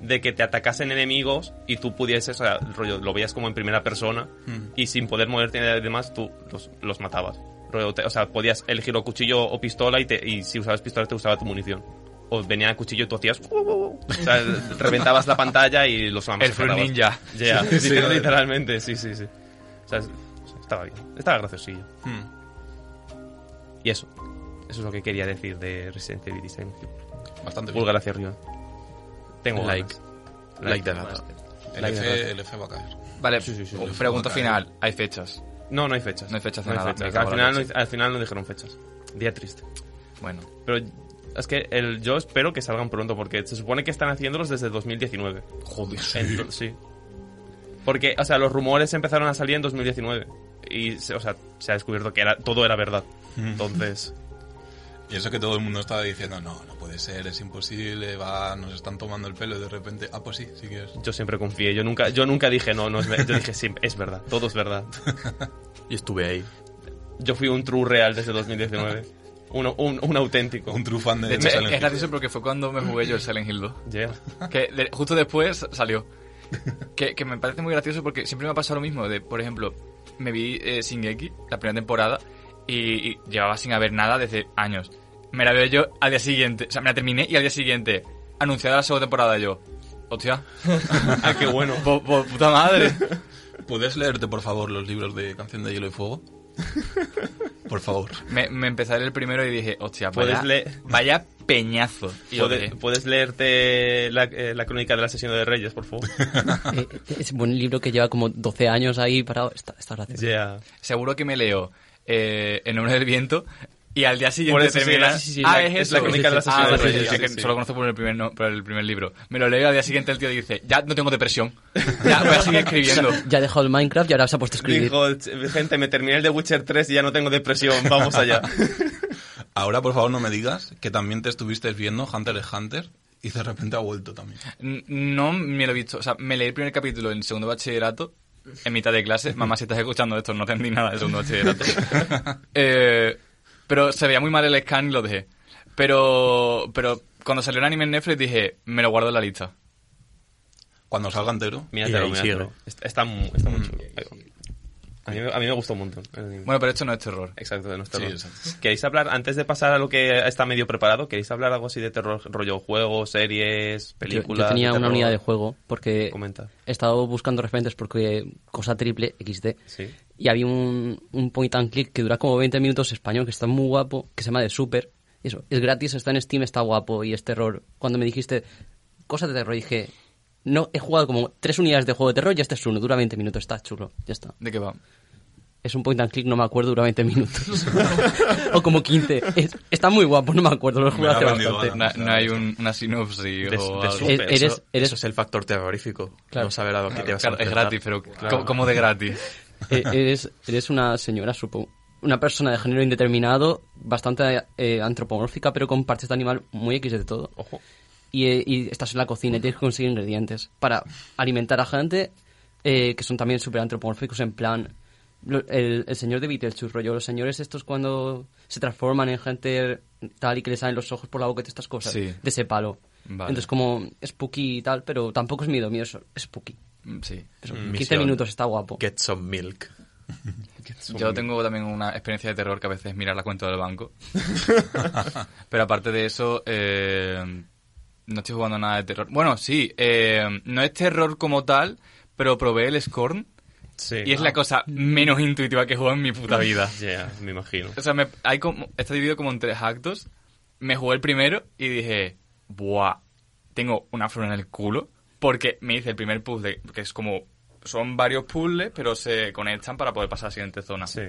Speaker 3: de que te atacasen enemigos y tú pudieses, o sea, el rollo, lo veías como en primera persona
Speaker 6: Mm.
Speaker 3: y sin poder moverte ni nada demás tú los, los matabas. Rollo, te- o sea, podías elegir o cuchillo o pistola y, te, y si usabas pistola te usaba tu munición. O venía el cuchillo y tú hacías... "Uh, uh, uh". O sea, reventabas la pantalla y los mamas.
Speaker 4: El Fruit
Speaker 3: matabas.
Speaker 4: Ninja.
Speaker 3: Ya,
Speaker 6: Sí, sí,
Speaker 3: literal- literalmente, sí, sí, sí. O sea, es- estaba bien. Estaba graciosillo.
Speaker 6: Mm.
Speaker 3: Y eso. Eso es lo que quería decir de Resident Evil Design.
Speaker 6: Bastante bien.
Speaker 3: Pulgar hacia arriba. Tengo
Speaker 2: Like.
Speaker 3: ganas.
Speaker 2: Like de gata.
Speaker 6: El,
Speaker 3: La
Speaker 6: F,
Speaker 3: gracia.
Speaker 6: el F va a caer.
Speaker 4: Vale,
Speaker 6: sí.
Speaker 4: pregunta final. Hay fechas.
Speaker 3: No, no hay fechas.
Speaker 4: No hay fechas de nada.
Speaker 3: fechas.
Speaker 4: Me cago
Speaker 3: Al,
Speaker 4: en la
Speaker 3: final, no, al final no dijeron fechas. Día triste.
Speaker 4: Bueno,
Speaker 3: Pero es que el, yo espero que salgan pronto porque se supone que están haciéndolos desde 2019.
Speaker 4: joder.
Speaker 3: Ento- sí. Porque, o sea, los rumores empezaron a salir en 2019. Y, se- o sea, se ha descubierto que era, todo era verdad.
Speaker 4: Mm.
Speaker 3: Entonces...
Speaker 6: Y eso que todo el mundo estaba diciendo, no, no puede ser, es imposible, va, nos están tomando el pelo y de repente, ah, pues sí, sí que es.
Speaker 3: Yo siempre confié, yo nunca, yo nunca dije no, no es verdad. Yo dije sí, es verdad, todo es verdad.
Speaker 2: Y estuve ahí.
Speaker 3: Yo fui un true real desde 2019. Uno, un, un auténtico.
Speaker 6: Un true fan de,
Speaker 4: De hecho,
Speaker 6: Silent
Speaker 4: es
Speaker 6: Hill.
Speaker 4: gracioso porque fue cuando me jugué yo el Silent Hill 2.
Speaker 3: Yeah.
Speaker 4: Que de- justo después salió. Que, que me parece muy gracioso porque siempre me ha pasado lo mismo. De, por ejemplo, me vi eh, Shingeki, la primera temporada, y, y llevaba sin haber nada desde años. Me la veo yo al día siguiente. O sea, me la terminé y al día siguiente, anunciada la segunda temporada, yo. Hostia. ah, qué bueno. puta madre.
Speaker 6: ¿Puedes leerte, por favor, los libros de Canción de Hielo y Fuego? por favor.
Speaker 4: Me, me empecé a leer el primero y dije, hostia,
Speaker 3: Puedes
Speaker 4: vaya,
Speaker 3: leer-
Speaker 4: vaya peñazo. Y yo
Speaker 3: Puede-
Speaker 4: dije,
Speaker 3: ¿Puedes leerte la, eh, la crónica del asesino de Reyes, por favor?
Speaker 5: Eh, es un buen libro que lleva como 12 años ahí parado. Está, está gracioso.
Speaker 3: Ya.
Speaker 4: seguro que me leo eh, En nombre del viento y al día siguiente
Speaker 3: Por eso sí,
Speaker 4: termina-
Speaker 3: sí, sí, sí,
Speaker 4: ah,
Speaker 3: la-
Speaker 4: es,
Speaker 3: es la
Speaker 4: eso.
Speaker 3: crónica
Speaker 4: Sí,
Speaker 3: de la
Speaker 4: sí, sí.
Speaker 3: Sociedad
Speaker 4: Ah,
Speaker 3: de
Speaker 4: vale,
Speaker 3: Reyes,
Speaker 4: sí,
Speaker 3: sí,
Speaker 4: que
Speaker 3: sí.
Speaker 4: Solo conozco por el, primer, no- por el primer libro. Me lo leo y al día siguiente el tío dice, ya no tengo depresión. Ya voy a seguir escribiendo.
Speaker 5: Ya ha dejado el Minecraft y ahora se ha puesto a escribir.
Speaker 3: Dijo, "Ch- gente, me terminé el de Witcher 3 y ya no tengo depresión, vamos allá.
Speaker 6: Ahora, por favor, no me digas que también te estuviste viendo Hunter x Hunter y de repente ha vuelto también.
Speaker 4: N- No me lo he visto. O sea, me leí el primer capítulo en segundo bachillerato, en mitad de clase. Mamá, si estás escuchando esto, no entendí nada de segundo bachillerato. Eh, pero se veía muy mal el scan y lo dejé. Pero, pero cuando salió el anime en Netflix dije, me lo guardo en la lista.
Speaker 6: Cuando salga entero,
Speaker 3: Míratelo,
Speaker 2: ahí
Speaker 3: míratelo.
Speaker 2: sigue.
Speaker 3: Está, está muy, está muy chulo. A mí, a mí me gustó un montón. el anime.
Speaker 4: Bueno, pero esto no es terror.
Speaker 3: Exacto, de nuestro
Speaker 6: Sí,
Speaker 3: rol.
Speaker 6: exacto.
Speaker 3: ¿Queréis hablar, antes de pasar a lo que está medio preparado, queréis hablar algo así de terror, rollo juegos, series,
Speaker 5: Yo- Yo,
Speaker 3: películas?
Speaker 5: tenía una
Speaker 3: terror?
Speaker 5: unidad de juego porque
Speaker 3: Comenta.
Speaker 5: he estado buscando referentes porque cosa triple XD.
Speaker 3: Sí.
Speaker 5: Y había un, un point and click que dura como 20 minutos español que está muy guapo, que se llama de Super. Y Eso, es gratis, está en Steam, está guapo y es terror. Cuando me dijiste cosa de terror, dije, no, he jugado como tres unidades de juego de terror y este es uno, dura 20 minutos, está chulo, ya está.
Speaker 4: ¿De qué va?
Speaker 5: Es un point and click, no me acuerdo, dura 20 minutos. o como 15. Es- está muy guapo, no me acuerdo, lo he
Speaker 6: Me
Speaker 5: jugado
Speaker 6: lo ha
Speaker 5: hace
Speaker 6: vendido,
Speaker 5: bastante.
Speaker 4: No, no hay un- una sinopsis
Speaker 3: De-
Speaker 4: o
Speaker 3: de
Speaker 4: algo.
Speaker 3: su-
Speaker 5: E-
Speaker 3: Pero
Speaker 5: eres,
Speaker 2: eso,
Speaker 5: eres-
Speaker 2: eso es el factor terrorífico.
Speaker 5: Claro.
Speaker 2: No saber a qué te vas a
Speaker 4: Claro, es
Speaker 2: enfrentar.
Speaker 4: gratis, pero ¿cómo- ¿cómo de gratis?
Speaker 5: Eh, eres, eres una señora, supongo. Una persona de género indeterminado, bastante eh, antropomórfica, pero con partes de animal muy X de todo.
Speaker 3: Ojo.
Speaker 5: Y, eh, y estás en la cocina y tienes que conseguir ingredientes para alimentar a gente eh, que son también súper antropomórficos, en plan. lo- El, el señor de Beetlejuice, rollo, los señores estos cuando se transforman en gente tal y que les salen los ojos por la boca y todas estas cosas,
Speaker 4: Sí.
Speaker 5: de ese palo.
Speaker 4: Vale.
Speaker 5: Entonces, como spooky y tal, pero tampoco es miedo, miedo es es spooky.
Speaker 4: Mm, Sí.
Speaker 5: Eso,
Speaker 2: Mm,
Speaker 5: 15
Speaker 2: misión.
Speaker 5: minutos está guapo.
Speaker 2: Get some milk.
Speaker 4: Yo tengo también una experiencia de terror que a veces es mirar la cuenta del banco. Pero aparte de eso, eh, no estoy jugando nada de terror. Bueno, sí, eh, no es terror como tal, pero probé el Scorn
Speaker 3: Sí.
Speaker 4: y es la cosa menos intuitiva que he jugado en mi puta vida.
Speaker 3: Ya, me imagino.
Speaker 4: O sea, me- hay como, está dividido como en tres actos. Me jugué el primero y dije, buah, tengo una flor en el culo porque me hice el primer puzzle, que es como, son varios puzzles, pero se conectan para poder pasar a la siguiente zona.
Speaker 3: Sí.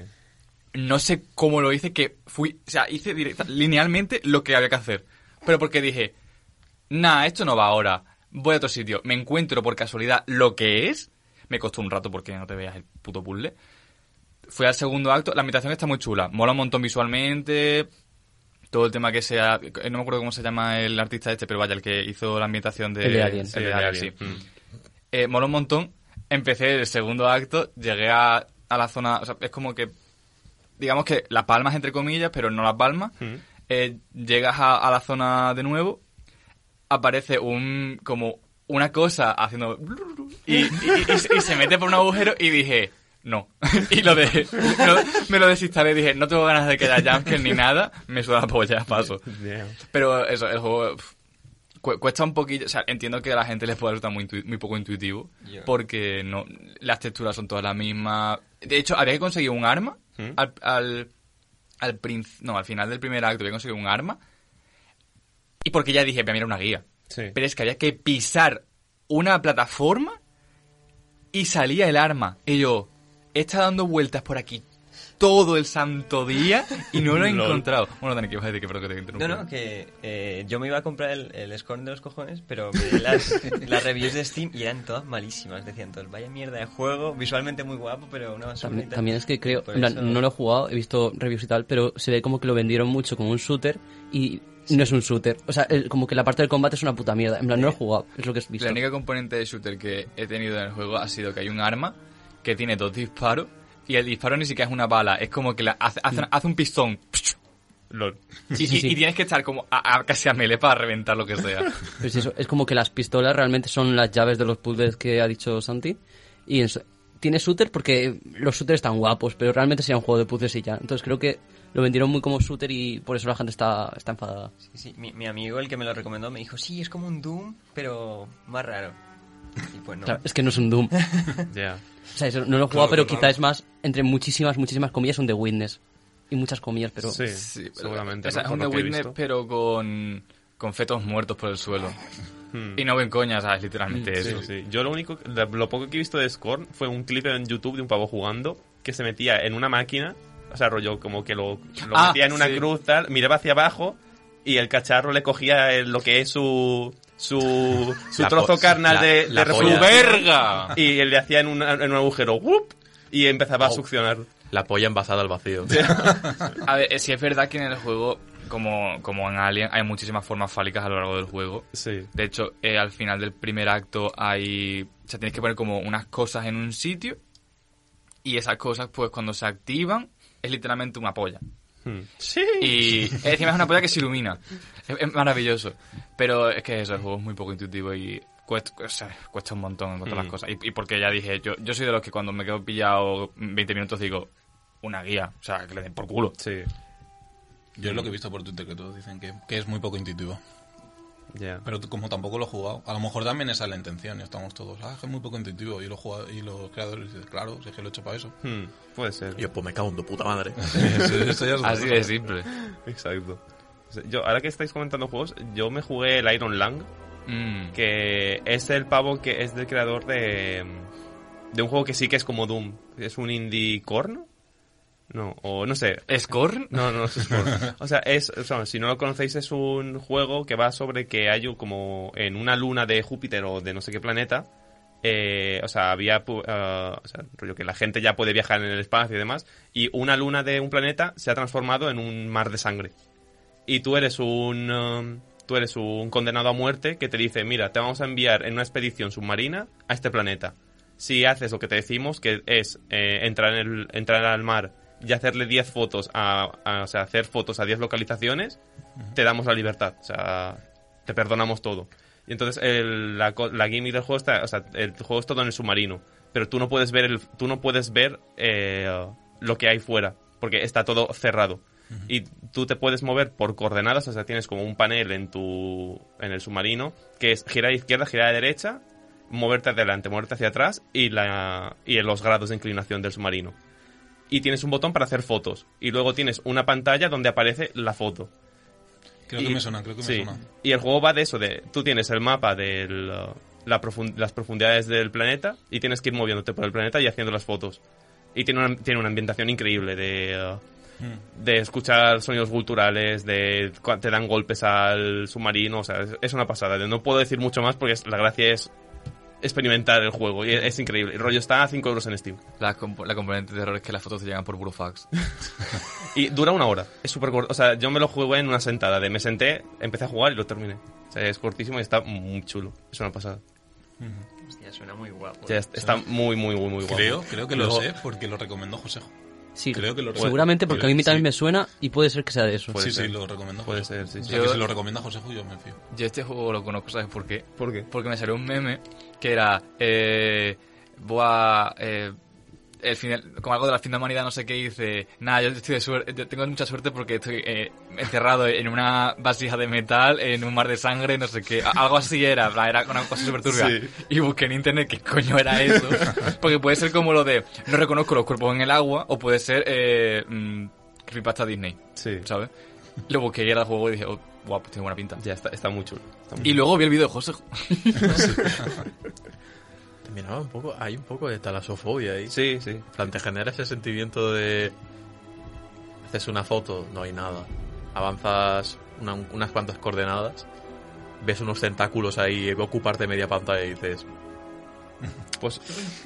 Speaker 4: No sé cómo lo hice, que fui, o sea, hice directa, linealmente lo que había que hacer. Pero porque dije, nah, esto no va ahora, voy a otro sitio, me encuentro por casualidad lo que es. Me costó un rato porque no te veas el puto puzzle. Fui al segundo acto, la ambientación está muy chula, mola un montón visualmente, todo el tema que sea, eh, no me acuerdo cómo se llama el artista este, pero vaya, el que hizo la ambientación de...
Speaker 5: El de Alien.
Speaker 4: el de
Speaker 3: Sí,
Speaker 4: Alien,
Speaker 3: bien.
Speaker 4: sí.
Speaker 3: Mm.
Speaker 4: Eh, moló un montón. Empecé el segundo acto, llegué a, a la zona. O sea, es como que. Digamos que las palmas, entre comillas, pero no las palmas. Eh, llegas a, a la zona de nuevo. Aparece un. como una cosa haciendo. Y, y- y se- y se mete por un agujero y dije. No. y lo dejé. Me lo, me lo desinstalé. Dije, no tengo ganas de que haya jumpscare ni nada. Me suda la polla, paso.
Speaker 3: Yeah.
Speaker 4: Pero eso, el juego pf, cu- cuesta un poquillo. O sea, entiendo que a la gente les puede resultar muy, intui- muy poco intuitivo. Porque no las texturas son todas las mismas. De hecho, había que conseguir un arma. Al, al, al princ- no, al final del primer acto había que conseguir un arma. Y porque ya dije, mira, una guía.
Speaker 3: Sí.
Speaker 4: Pero es que había que pisar una plataforma y salía el arma. Y yo, he estado dando vueltas por aquí todo el santo día y no lo he
Speaker 3: Lol.
Speaker 4: encontrado. Bueno, Dani, que vas a decir que perdón que te interrumpa.
Speaker 7: No, no, que eh, yo me iba a comprar el, el Scorn de los cojones, pero vi las, las reviews de Steam y eran todas malísimas. Decían todos, vaya mierda de juego, visualmente muy guapo, pero una basura. y
Speaker 5: También,
Speaker 7: tal".
Speaker 5: también es que creo,
Speaker 7: Por
Speaker 5: en plan,
Speaker 7: eso-
Speaker 5: no lo he jugado, he visto reviews y tal, pero se ve como que lo vendieron mucho como un shooter y no es un shooter. O sea, el- como que la parte del combate es una puta mierda. En plan, no lo he jugado, es lo que he visto.
Speaker 4: La única componente de shooter que he tenido en el juego ha sido que hay un arma que tiene dos disparos y el disparo ni siquiera es una bala, es como que la hace, hace- hace un pistón. Lol.
Speaker 5: Sí, sí,
Speaker 4: y,
Speaker 5: sí.
Speaker 4: y tienes que estar como a- a- casi a melee para reventar lo que sea.
Speaker 5: Pero es, eso, es como que las pistolas realmente son las llaves de los puzzles que ha dicho Santi. Y en so- tiene shooter porque los shooters están guapos, pero realmente sería un juego de puzzles y ya. Entonces creo que lo vendieron muy como shooter y por eso la gente está, está enfadada.
Speaker 7: Sí, sí, mi, mi amigo, el que me lo recomendó, me dijo, sí, es como un Doom, pero más raro. Y pues no.
Speaker 5: Claro, es que no es un Doom.
Speaker 3: Yeah.
Speaker 5: O sea, eso no lo he jugado, pero quizá es más, entre muchísimas, muchísimas comillas, un The Witness. y muchas comillas, pero...
Speaker 3: Sí,
Speaker 4: Sí, pero-
Speaker 3: seguramente.
Speaker 4: o sea,
Speaker 3: ¿no?
Speaker 4: es
Speaker 3: Por
Speaker 4: un The
Speaker 3: lo que he
Speaker 4: Witness,
Speaker 3: visto.
Speaker 4: pero con, con fetos muertos por el suelo. Y no ven coña, ¿sabes? Literalmente eso.
Speaker 3: Hmm. Sí, sí. Yo lo único, lo poco que he visto de Scorn fue un clip en YouTube de un pavo jugando que se metía en una máquina, o sea, rollo como que lo, lo
Speaker 4: Ah,
Speaker 3: metía en una
Speaker 4: sí.
Speaker 3: cruz, tal, miraba hacia abajo y el cacharro le cogía el- lo que es su su, su
Speaker 2: La
Speaker 3: trozo
Speaker 2: po-
Speaker 3: carnal
Speaker 2: la-
Speaker 3: de,
Speaker 2: la
Speaker 3: de
Speaker 4: ¡Su
Speaker 2: polla.
Speaker 3: refugio
Speaker 4: verga!
Speaker 3: y él le hacía en, una- en un agujero ¡wup! y empezaba a
Speaker 2: Oh.
Speaker 3: succionar.
Speaker 2: La polla envasada al vacío.
Speaker 4: A ver, eh, si es verdad que en el juego, como, como en Alien, hay muchísimas formas fálicas a lo largo del juego.
Speaker 3: Sí.
Speaker 4: De hecho, eh, al final del primer acto hay... O sea, tienes que poner como unas cosas en un sitio y esas cosas, pues, cuando se activan, es literalmente una polla.
Speaker 3: Sí.
Speaker 4: Y encima es una polla que se ilumina. Es, es maravilloso. Pero es que eso, el juego es muy poco intuitivo y cuesta, o sea, cuesta un montón encontrar las cosas. Y, y porque ya dije, yo, yo soy de los que cuando me quedo pillado 20 minutos digo, una guía, o sea, que le den por culo.
Speaker 3: Sí.
Speaker 6: Yo es lo que he visto por Twitter, que todos dicen que, que es muy poco intuitivo.
Speaker 3: Ya.
Speaker 6: Pero tú- como tampoco lo he jugado, a lo mejor también esa es la intención. y Estamos todos, ah, que es muy poco intuitivo. Y, lo jugado, y los creadores dicen, claro, si es que lo he hecho para eso.
Speaker 3: Hmm, Puede ser.
Speaker 2: Yo, pues me cago en tu puta madre.
Speaker 6: Eso- eso ya
Speaker 4: Así
Speaker 6: es otra
Speaker 4: de
Speaker 6: cosa.
Speaker 4: simple.
Speaker 3: Exacto. O sea, Yo, ahora que estáis comentando juegos, yo me jugué el Iron Lang,
Speaker 4: Mm.
Speaker 3: que es el pavo que es del creador de, de un juego que sí que es como Doom. ¿Es un indie corn? No, o no sé.
Speaker 4: ¿Scorn?
Speaker 3: No, no, es corn. O sea, es, o sea, si no lo conocéis, es un juego que va sobre que hay un- como en una luna de Júpiter o de no sé qué planeta. eh, o sea, había pu- ah, o sea, rollo que la gente ya puede viajar en el espacio y demás. Y una luna de un planeta se ha transformado en un mar de sangre y tú eres un um, tú eres un condenado a muerte que te dice, mira, te vamos a enviar en una expedición submarina a este planeta. Si haces lo que te decimos, que es eh, entrar, en el- entrar al mar y hacerle 10 fotos, a, a- o sea, hacer fotos a 10 localizaciones, te damos la libertad. O sea, te perdonamos todo. Y entonces el- la, co- la gimmick del juego está, o sea, el juego es todo en el submarino, pero tú no puedes ver el, tú no puedes ver eh, lo que hay fuera, porque está todo cerrado. Y tú te puedes mover por coordenadas, o sea, tienes como un panel en tu en el submarino que es girar a izquierda, girar a derecha, moverte adelante, moverte hacia atrás y la y los grados de inclinación del submarino y tienes un botón para hacer fotos. Y luego tienes una pantalla donde aparece la foto.
Speaker 6: Creo que
Speaker 3: Y-
Speaker 6: me suena, creo que me
Speaker 3: sí.
Speaker 6: suena.
Speaker 3: Y el juego va de eso, de tú tienes el mapa de las profundidades del planeta y tienes que ir moviéndote por el planeta y haciendo las fotos. Y tiene una, tiene una ambientación increíble de, eh,
Speaker 6: Mm.
Speaker 3: de escuchar sonidos culturales, de cua- te dan golpes al submarino, o sea, es, es una pasada. De- No puedo decir mucho más porque es- la gracia es experimentar el juego y es, es increíble. El rollo está a 5 euros en Steam.
Speaker 4: La, comp- la componente de error es que las fotos te llegan por puro fax.
Speaker 3: Y dura una hora. Es súper corto. O sea, yo me lo jugué en una sentada. De me senté, empecé a jugar y lo terminé. O sea, es cortísimo y está muy chulo. Es una pasada.
Speaker 7: Hostia, suena muy guapo. eh.
Speaker 3: Ya est- está muy, muy, muy, muy guapo.
Speaker 6: Creo, creo que lo
Speaker 3: Luego-
Speaker 6: sé porque lo recomendó Josejo.
Speaker 5: Sí,
Speaker 6: Creo que lo
Speaker 5: seguramente porque a mí
Speaker 6: creo-
Speaker 5: también
Speaker 6: sí.
Speaker 5: me suena y puede ser que sea de eso.
Speaker 3: Puede
Speaker 6: sí,
Speaker 3: ser.
Speaker 6: sí, lo recomendó
Speaker 3: Puede
Speaker 6: Josejo.
Speaker 3: ser, sí,
Speaker 6: O
Speaker 3: sí.
Speaker 6: sea, que
Speaker 4: Yo-
Speaker 6: si lo recomienda Josejo, yo me fío.
Speaker 4: Yo este juego lo conozco, ¿sabes por qué?
Speaker 3: ¿Por qué?
Speaker 4: Porque me salió un meme que era. Eh, buah, eh, el final, como algo de la fin de la humanidad, no sé qué, y dice. Nada, yo estoy de suerte, yo tengo mucha suerte porque estoy eh, encerrado en una vasija de metal, en un mar de sangre, no sé qué. A- Algo así era, en plan, era una cosa súper turbia.
Speaker 3: Sí.
Speaker 4: Y busqué en internet qué coño era eso. Porque puede ser como lo de. No reconozco los cuerpos en el agua, o puede ser. Eh, mm, creepypasta Disney,
Speaker 3: Sí.
Speaker 4: ¿sabes? Lo busqué y era el juego y dije, oh, guau, pues tiene buena pinta.
Speaker 3: Ya está, está muy chulo. Está muy
Speaker 4: Y luego vi el video de José.
Speaker 2: Te miraba un poco, hay un poco de talasofobia ahí.
Speaker 3: chulo. Sí, sí.
Speaker 2: En plan, te genera ese sentimiento de. Haces una foto, no hay nada. Avanzas una- unas cuantas coordenadas, ves unos tentáculos ahí, ocuparte media pantalla y dices.
Speaker 3: Pues,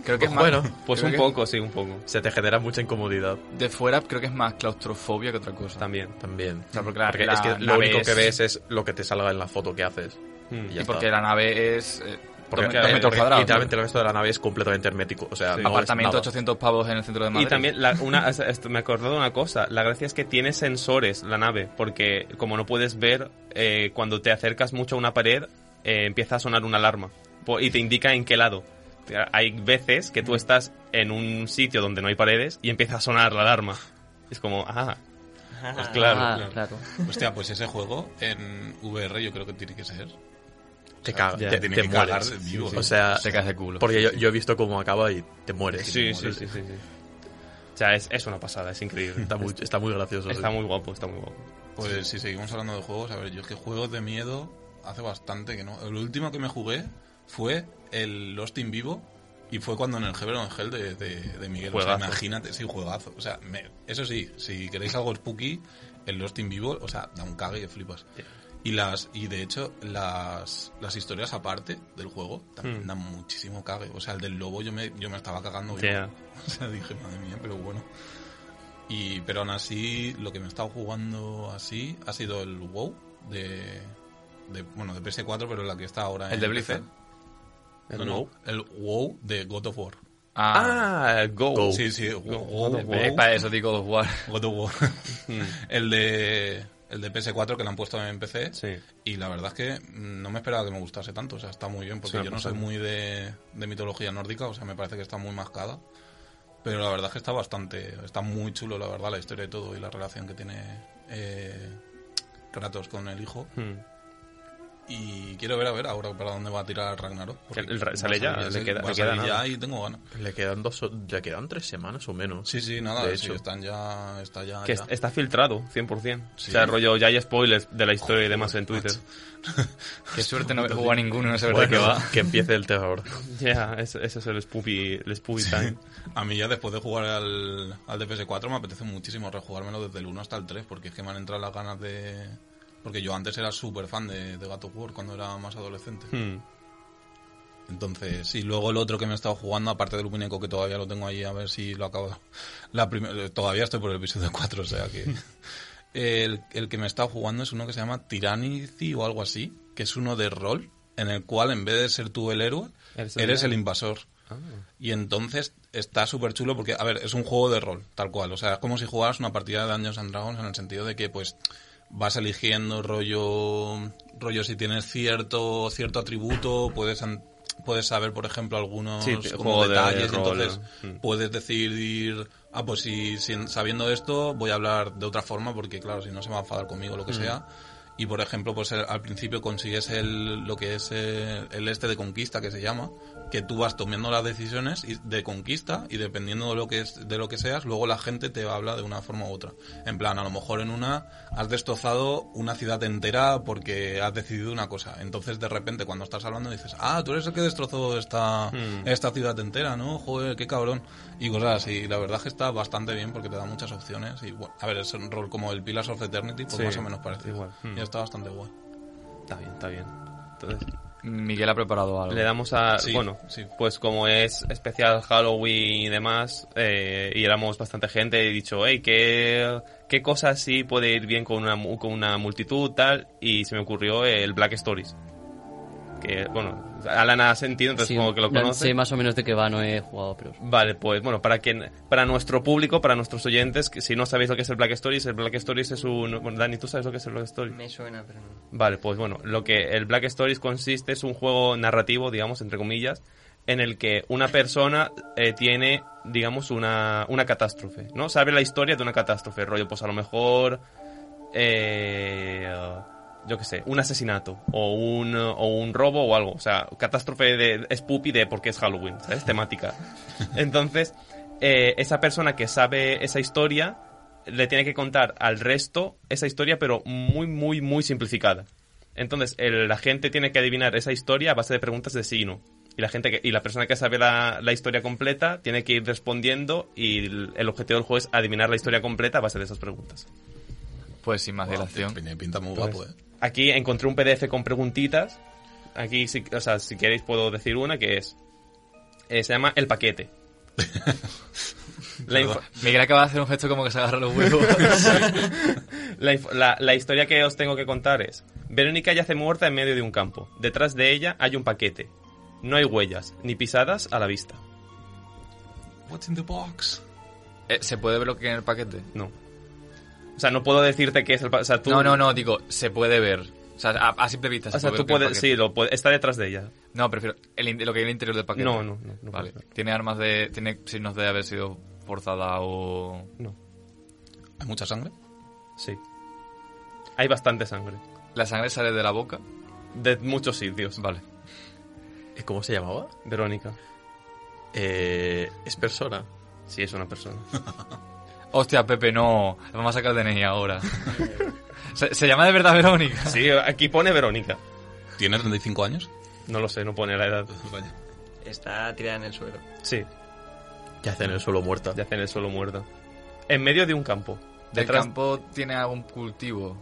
Speaker 4: Creo que es más,
Speaker 2: Bueno,
Speaker 3: pues
Speaker 4: creo
Speaker 3: un
Speaker 4: que-
Speaker 3: poco, sí, un poco.
Speaker 2: se te genera mucha incomodidad
Speaker 4: De fuera creo que es más claustrofobia que otra cosa.
Speaker 3: También.
Speaker 2: también.
Speaker 4: O sea, porque la-
Speaker 2: Porque
Speaker 4: la
Speaker 2: es que lo
Speaker 4: nave
Speaker 2: único que
Speaker 4: es-
Speaker 2: ves es lo que te salga en la foto que haces.
Speaker 3: Hmm.
Speaker 2: Y
Speaker 4: Y
Speaker 2: ya
Speaker 4: porque
Speaker 2: está.
Speaker 4: la nave es... eh,
Speaker 2: Porque,
Speaker 4: dos, dos
Speaker 2: eh,
Speaker 4: metros
Speaker 2: porque
Speaker 4: cuadrados.
Speaker 2: Literalmente el resto de la nave es completamente hermético. O sea,
Speaker 3: Sí.
Speaker 2: no es
Speaker 4: Apartamento,
Speaker 2: nada.
Speaker 4: 800 pavos en el centro de
Speaker 3: Y
Speaker 4: Madrid.
Speaker 3: también, la- una, es- esto me acordó de una cosa. La gracia es que tiene sensores la nave, porque como no puedes ver, eh, cuando te acercas mucho a una pared, eh, empieza a sonar una alarma po- y te indica en qué lado. Te- Hay veces que tú estás en un sitio donde no hay paredes y empieza a sonar la alarma. Es como, ah, pues claro.
Speaker 5: Ah,
Speaker 6: claro.
Speaker 5: claro.
Speaker 6: Hostia, pues ese juego en VR yo creo que tiene que ser.
Speaker 2: Te
Speaker 6: sea,
Speaker 2: cagas,
Speaker 6: ya.
Speaker 2: te,
Speaker 6: Tiene
Speaker 2: te
Speaker 6: que
Speaker 2: mueres.
Speaker 6: cagar de vivo.
Speaker 2: O sea,
Speaker 4: Se cae de culo.
Speaker 2: porque yo, yo he visto cómo acaba y te mueres.
Speaker 3: Sí, sí, sí, sí, sí. O sea, es, es una pasada, es increíble.
Speaker 2: Está muy, está muy gracioso.
Speaker 3: Está
Speaker 2: sí.
Speaker 3: muy guapo, está muy guapo.
Speaker 6: Pues si seguimos hablando de juegos, a ver, yo es que juegos de miedo hace bastante que no. El último que me jugué fue el Lost in Vivo y fue cuando en el Heaven on Hell de, de, de Miguel. O sea,
Speaker 3: Juegazo.
Speaker 6: imagínate, sí, juegazo. O sea, me- eso sí, si queréis algo spooky, el Lost in Vivo, o sea, da un cague y flipas. Y, las, y de hecho, las, las historias aparte del juego también
Speaker 3: Hmm.
Speaker 6: dan muchísimo cague. O sea, el del lobo yo me, yo me estaba cagando. vivo.
Speaker 3: Yeah.
Speaker 6: O sea, dije, madre mía, pero bueno. Y, pero aún así, lo que me he estado jugando así ha sido el WoW de, de- bueno, de PS4, pero la que está ahora
Speaker 4: ¿El
Speaker 6: en
Speaker 4: de
Speaker 6: PC.
Speaker 4: Blizzard?
Speaker 6: No, no, el WoW de God of War.
Speaker 4: Ah,
Speaker 3: Ah, Go.
Speaker 6: Sí, sí, WoW,
Speaker 4: eh,
Speaker 6: WoW,
Speaker 4: es para eso digo los War.
Speaker 6: God of War. el de el de PS4 que lo han puesto en PC.
Speaker 3: Sí.
Speaker 6: Y la verdad es que mm, no me esperaba que me gustase tanto. O sea, está muy bien, porque
Speaker 3: Sí,
Speaker 6: yo no
Speaker 3: pues,
Speaker 6: soy
Speaker 3: sí.
Speaker 6: muy de, de mitología nórdica, o sea, me parece que está muy mascada. Pero la verdad es que está bastante. Está muy chulo, la verdad, la historia y todo, y la relación que tiene eh, Kratos con el hijo.
Speaker 3: Hmm.
Speaker 6: Y quiero ver, a ver, ahora para dónde va a tirar Ragnarok. porque
Speaker 3: El- el Ra- sale ya,
Speaker 6: va a salir-
Speaker 3: le queda-
Speaker 6: va a
Speaker 3: le queda
Speaker 6: salir
Speaker 3: nada.
Speaker 6: ya y tengo ganas.
Speaker 2: Le quedan dos, o- le quedan tres semanas o menos.
Speaker 6: Sí, sí, nada,
Speaker 2: De
Speaker 6: sí,
Speaker 2: hecho.
Speaker 6: están ya. Está ya.
Speaker 3: Que
Speaker 6: ya.
Speaker 3: es- está filtrado, 100%. O
Speaker 6: Sí.
Speaker 3: sea, rollo, ya hay spoilers de la historia y demás en Twitter.
Speaker 4: Qué suerte no haber jugado a ninguno, no sé verdad
Speaker 2: Bueno,
Speaker 4: que va.
Speaker 2: que empiece el terror.
Speaker 3: Ya, ese, ese es el spoopy, el spoopy time.
Speaker 6: A mí ya después de jugar al, al de PS4 me apetece muchísimo rejugármelo desde el 1 hasta el 3, porque es que me han entrado las ganas de... Porque yo antes era súper fan de, de Gato War cuando era más adolescente.
Speaker 3: Hmm.
Speaker 6: Entonces, y luego el otro que me he estado jugando, aparte del Ubineco que todavía lo tengo ahí, a ver si lo acabo... La prim- eh, todavía estoy por el episodio 4, o sea que... El, el que me he estado jugando es uno que se llama Tyrannicy o algo así, que es uno de rol, en el cual en vez de ser tú el héroe,
Speaker 3: Eres el
Speaker 6: eres el
Speaker 3: villano.
Speaker 6: invasor. Y entonces está súper chulo porque, a ver, es un juego de rol, tal cual. O sea, es como si jugaras una partida de Dungeons and Dragons en el sentido de que, pues, vas eligiendo rollo, rollo si tienes cierto, cierto atributo, puedes, an- puedes saber, por ejemplo, algunos
Speaker 3: Sí, te-
Speaker 6: como
Speaker 3: juego de
Speaker 6: detalles.
Speaker 3: rol,
Speaker 6: entonces,
Speaker 3: mm.
Speaker 6: puedes decidir, ah, pues si, si- sabiendo esto voy a hablar de otra forma porque, claro, si no se va a enfadar conmigo lo que sea. Y, por ejemplo, pues el- al principio consigues el, lo que es eh, el, este de conquista que se llama, que tú vas tomando las decisiones y- de conquista y dependiendo de lo, que es, de lo que seas, luego la gente te habla de una forma u otra. En plan, a lo mejor en una has destrozado una ciudad entera porque has decidido una cosa. Entonces, de repente, cuando estás hablando dices, ah, tú eres el que destrozó esta,
Speaker 3: Hmm.
Speaker 6: esta ciudad entera, ¿no? Joder, qué cabrón. Y cosas así. La verdad es que está bastante bien porque te da muchas opciones. Y bueno, a ver, es un rol como el Pillars of Eternity, pues
Speaker 3: Sí,
Speaker 6: más o menos parecido.
Speaker 3: igual. Hmm.
Speaker 6: Y está bastante guay.
Speaker 3: Está bien, está bien. Entonces,
Speaker 4: Miguel ha preparado algo.
Speaker 3: le damos a...
Speaker 6: Sí,
Speaker 3: Ah, bueno,
Speaker 6: sí.
Speaker 3: pues como es especial Halloween y demás, eh, y éramos bastante gente, he dicho, hey, ¿qué, qué cosa sí puede ir bien con una, mu- con una multitud, tal? Y se me ocurrió el Black Stories. Que, bueno, Alan ha sentido, entonces
Speaker 5: Sí,
Speaker 3: como que lo
Speaker 5: no
Speaker 3: conoce.
Speaker 5: Sé más o menos de qué va, no he jugado, pero...
Speaker 3: Vale, pues bueno, para quien, para nuestro público, para nuestros oyentes, que si no sabéis lo que es el Black Stories, el Black Stories es un... Bueno, Dani, ¿tú sabes lo que es el Black Stories?
Speaker 7: Me suena, pero no.
Speaker 3: Vale, pues bueno, lo que el Black Stories consiste es un juego narrativo, digamos, entre comillas, en el que una persona eh, tiene, digamos, una, una catástrofe, ¿no? Sabe la historia de una catástrofe, rollo, pues a lo mejor, eh, yo qué sé, un asesinato o un, o un robo o algo, o sea, catástrofe de spoopy de porque es Halloween, ¿sabes? Temática. Entonces, eh, esa persona que sabe esa historia le tiene que contar al resto esa historia, pero muy, muy, muy simplificada. Entonces, el- la gente tiene que adivinar esa historia a base de preguntas de sí y no. Y la, gente que- y la persona que sabe la, la historia completa tiene que ir respondiendo y el, el objetivo del juego es adivinar la historia completa a base de esas preguntas.
Speaker 4: Pues sin más
Speaker 6: Guau,
Speaker 4: dilación.
Speaker 6: tiene pinta muy
Speaker 3: Entonces,
Speaker 6: guapo, ¿eh?
Speaker 3: Aquí encontré un PDF con preguntitas. Aquí, si, o sea, si queréis puedo decir una que es... eh, se llama El Paquete. La info-
Speaker 4: Miguel acaba de hacer un gesto como que se agarra los huevos.
Speaker 3: La, inf- la- la historia que os tengo que contar es, Verónica yace muerta en medio de un campo. Detrás de ella hay un paquete. No hay huellas, ni pisadas a la vista.
Speaker 6: What's in the box?
Speaker 4: Eh, ¿Se puede ver lo que hay en el paquete?
Speaker 3: No. O sea, no puedo decirte qué es el paquete. O sea, tú,
Speaker 4: No, no, no, digo, se puede ver. O sea, a, a simple vista.
Speaker 3: O sea, tú puedes... Sí, lo puede- está detrás de ella.
Speaker 4: sí. No, prefiero el in- lo que hay en el interior del paquete.
Speaker 3: No, no, no. no
Speaker 4: vale.
Speaker 3: puedes ver.
Speaker 4: Tiene armas de. Tiene signos de haber sido forzada o.
Speaker 3: No.
Speaker 6: ¿Hay mucha sangre?
Speaker 3: Sí. Hay bastante sangre.
Speaker 4: La sangre sale de la boca.
Speaker 3: De muchos sitios.
Speaker 4: Vale.
Speaker 2: ¿Cómo se llamaba?
Speaker 3: Verónica.
Speaker 2: Eh, es persona.
Speaker 3: Sí, es una persona.
Speaker 4: Hostia, Pepe, no. La vamos a sacar de DNI ahora. se, se llama de verdad Verónica.
Speaker 3: Sí, aquí pone Verónica.
Speaker 6: ¿Tiene 35 años?
Speaker 3: No lo sé, no pone la edad.
Speaker 6: Vaya.
Speaker 7: Está tirada en el suelo.
Speaker 3: Sí,
Speaker 2: Ya hacen el suelo muerta.
Speaker 3: yace en el suelo muerto. En medio de un campo.
Speaker 4: ¿Del
Speaker 3: Detrás
Speaker 4: campo tiene algún cultivo?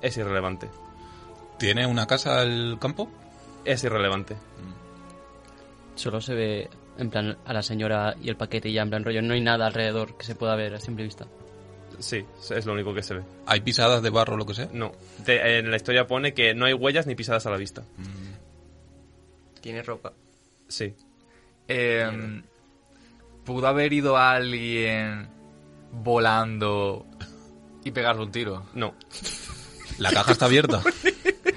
Speaker 3: es irrelevante.
Speaker 6: ¿Tiene una casa al campo?
Speaker 3: Es irrelevante.
Speaker 5: Solo se ve, en plan, a la señora y el paquete y ya, en plan, rollo, no hay nada alrededor que se pueda ver a simple vista.
Speaker 3: Sí, es lo único que se ve.
Speaker 6: ¿Hay pisadas de barro o lo que sea?
Speaker 3: No. Te- en la historia pone que no hay huellas ni pisadas a la vista.
Speaker 7: Tiene ropa.
Speaker 3: Sí.
Speaker 4: Eh, ¿Pudo haber ido alguien volando y pegarle un tiro?
Speaker 3: No.
Speaker 6: La caja está abierta.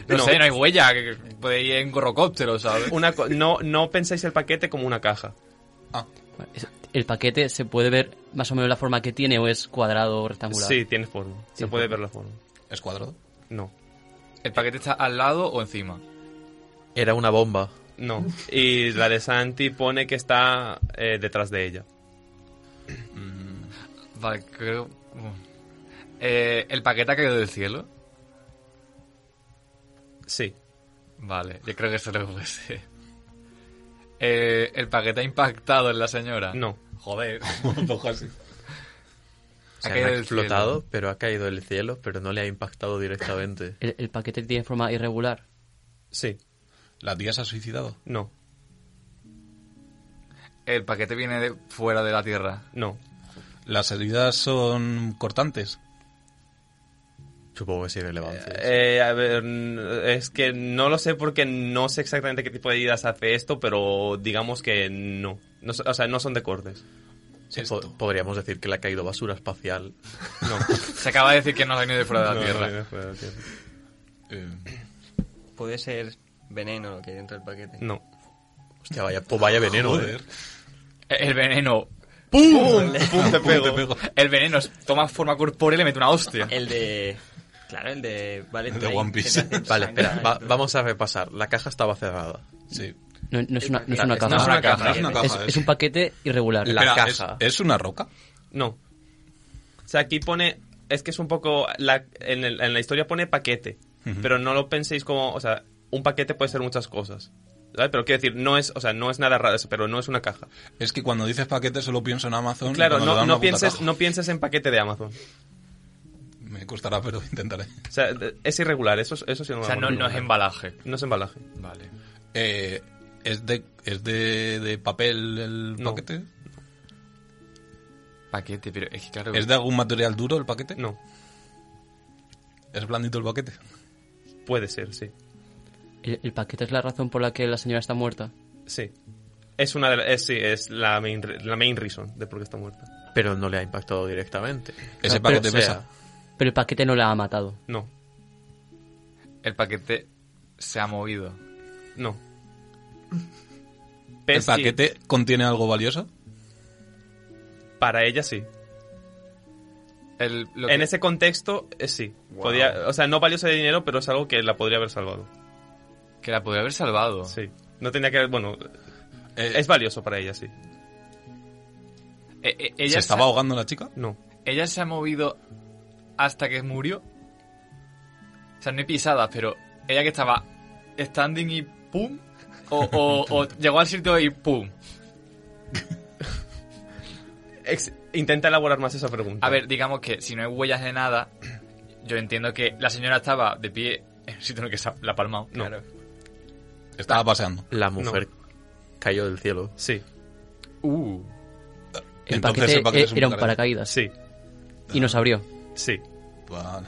Speaker 4: No,
Speaker 3: No.
Speaker 4: sé, no hay huella, que que puede ir en gorrocóptero, ¿sabes?
Speaker 3: Una co- no, no pensáis el paquete como una caja.
Speaker 6: Ah,
Speaker 5: Bueno, es- El paquete se puede ver más o menos la forma que tiene o es cuadrado o rectangular.
Speaker 3: Sí, tiene forma. Se
Speaker 5: Tiene
Speaker 3: puede
Speaker 5: forma.
Speaker 3: ver la forma.
Speaker 6: ¿Es cuadrado?
Speaker 3: No.
Speaker 4: ¿El paquete está al lado o encima?
Speaker 2: Era una bomba.
Speaker 3: No. Y la de Santi pone que está eh, detrás de ella.
Speaker 4: Vale, creo... Eh, ¿El paquete ha caído del cielo?
Speaker 3: Sí.
Speaker 4: Vale, yo creo que eso es lo que puede ser. Eh, ¿El paquete ha impactado en la señora?
Speaker 3: No.
Speaker 4: Joder.
Speaker 2: O sea,
Speaker 4: Ha caído
Speaker 2: no ha
Speaker 4: del
Speaker 2: explotado, pero ha caído del cielo, pero no le ha impactado directamente.
Speaker 5: El, el paquete tiene forma irregular.
Speaker 3: Sí.
Speaker 6: ¿La tía se ha suicidado?
Speaker 3: No.
Speaker 4: ¿El paquete viene de fuera de la Tierra?
Speaker 3: No.
Speaker 6: ¿Las heridas son cortantes?
Speaker 2: Supongo que sí, relevante.
Speaker 3: Eh, a ver, n- es que no lo sé porque no sé exactamente qué tipo de heridas hace esto, pero digamos que no. No so- o sea, no son de cortes.
Speaker 6: Esto.
Speaker 2: podríamos decir que le ha caído basura espacial.
Speaker 4: Se acaba de decir que no ha venido de fuera de la
Speaker 3: No,
Speaker 4: Tierra.
Speaker 3: no, no, fuera de la tierra.
Speaker 6: Eh,
Speaker 7: Puede ser veneno lo que hay dentro del paquete.
Speaker 3: No.
Speaker 2: Hostia, vaya, pues vaya veneno, eh.
Speaker 6: joder.
Speaker 4: El veneno.
Speaker 3: ¡Pum! ¡Pum! Te pego.
Speaker 6: Te pego.
Speaker 4: El veneno es- toma forma corpórea y le mete una hostia.
Speaker 7: El de... Claro, el de... Vale,
Speaker 6: El de One Piece.
Speaker 2: Vale, espera, va- vamos a repasar. La caja estaba cerrada.
Speaker 6: Sí.
Speaker 5: No, no es una, no es una
Speaker 3: Es-
Speaker 5: caja.
Speaker 3: no es una
Speaker 6: No es
Speaker 3: caja.
Speaker 6: una
Speaker 5: Es-
Speaker 6: caja.
Speaker 5: es un paquete irregular.
Speaker 2: La
Speaker 6: Espera,
Speaker 2: caja.
Speaker 6: ¿es, es una roca?
Speaker 3: No. O sea, aquí pone. Es que es un poco. La, en, el- en la historia pone paquete. Pero no lo penséis como. O sea, un paquete puede ser muchas cosas. ¿sabes? Pero quiero decir, no es, o sea, no es nada raro eso, pero no es una caja.
Speaker 6: Es que cuando dices paquete solo pienso en Amazon. y
Speaker 3: Claro,
Speaker 6: cuando le
Speaker 3: no,
Speaker 6: dan
Speaker 3: no
Speaker 6: una puta
Speaker 3: pienses,
Speaker 6: caja.
Speaker 3: no pienses en paquete de Amazon.
Speaker 6: Me costará, pero intentaré.
Speaker 3: O sea, de- es irregular, eso, es- eso sí no
Speaker 4: O sea,
Speaker 3: lo
Speaker 4: no,
Speaker 3: vamos a
Speaker 4: no es
Speaker 3: nombrar.
Speaker 4: embalaje.
Speaker 3: No es embalaje.
Speaker 4: Vale.
Speaker 6: Eh, ¿Es de, es de, de papel el
Speaker 3: No.
Speaker 6: paquete?
Speaker 4: Paquete, pero es que claro.
Speaker 6: ¿Es de algún material duro el paquete?
Speaker 3: No,
Speaker 6: ¿Es blandito el paquete?
Speaker 3: puede ser, sí.
Speaker 5: El, el paquete es la razón por la que la señora está muerta.
Speaker 3: Sí. Es una de la- es, sí, es la main, re- la main reason de por qué está muerta.
Speaker 2: Pero no le ha impactado directamente.
Speaker 6: Ese
Speaker 5: pero,
Speaker 6: paquete
Speaker 5: o
Speaker 2: sea,
Speaker 6: pesa.
Speaker 5: Pero el paquete no la ha matado.
Speaker 3: No,
Speaker 4: El paquete se ha movido.
Speaker 3: no.
Speaker 6: ¿El
Speaker 3: Pes- sí,
Speaker 6: paquete contiene algo valioso?
Speaker 3: Para ella sí.
Speaker 4: El, lo
Speaker 3: En
Speaker 4: que-
Speaker 3: ese contexto, eh, sí. Podía, o sea, no valioso de dinero, pero es algo que la podría haber salvado.
Speaker 4: Que la podría haber salvado.
Speaker 3: Sí. No tenía que haber. Bueno,
Speaker 6: Eh,
Speaker 3: es valioso para ella, sí.
Speaker 4: E- e- ella,
Speaker 6: ¿Se estaba ahogando la chica?
Speaker 3: No,
Speaker 4: ella se ha movido hasta que murió. O sea, no hay pisadas, pero ella que estaba standing y pum. O, o- o llegó al sitio y pum.
Speaker 3: Ex- intenta elaborar más esa pregunta.
Speaker 4: A ver, digamos que si no hay huellas de nada, yo entiendo que la señora estaba de pie en el sitio en el que se ha- la ha palmado.
Speaker 3: No.
Speaker 6: Estaba paseando.
Speaker 2: La mujer cayó del cielo.
Speaker 3: Sí,
Speaker 4: Uh.
Speaker 5: El
Speaker 6: Entonces
Speaker 5: paquete,
Speaker 6: el paquete
Speaker 5: e-
Speaker 6: es un
Speaker 5: era un paracaídas.
Speaker 6: paracaídas.
Speaker 3: sí,
Speaker 5: Y nos abrió.
Speaker 3: sí.
Speaker 6: Vale.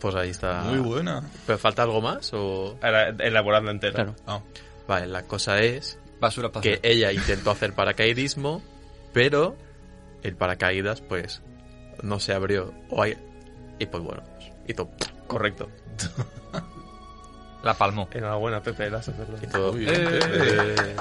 Speaker 2: Pues ahí
Speaker 4: Ah.
Speaker 2: está.
Speaker 6: Muy buena.
Speaker 2: ¿Pero falta algo más? O...
Speaker 3: Ahora, Elaborando entera.
Speaker 5: Claro.
Speaker 6: Ah,
Speaker 2: Vale, la cosa es
Speaker 4: Basura para
Speaker 2: que ella intentó hacer paracaidismo, pero el paracaídas, pues, no se abrió. O hay- Y pues bueno, pues, hizo...
Speaker 3: Correcto.
Speaker 4: La palmó.
Speaker 3: Enhorabuena, Pepe, las haces bien.
Speaker 2: hizo-
Speaker 6: muy bien.
Speaker 2: Eh, eh.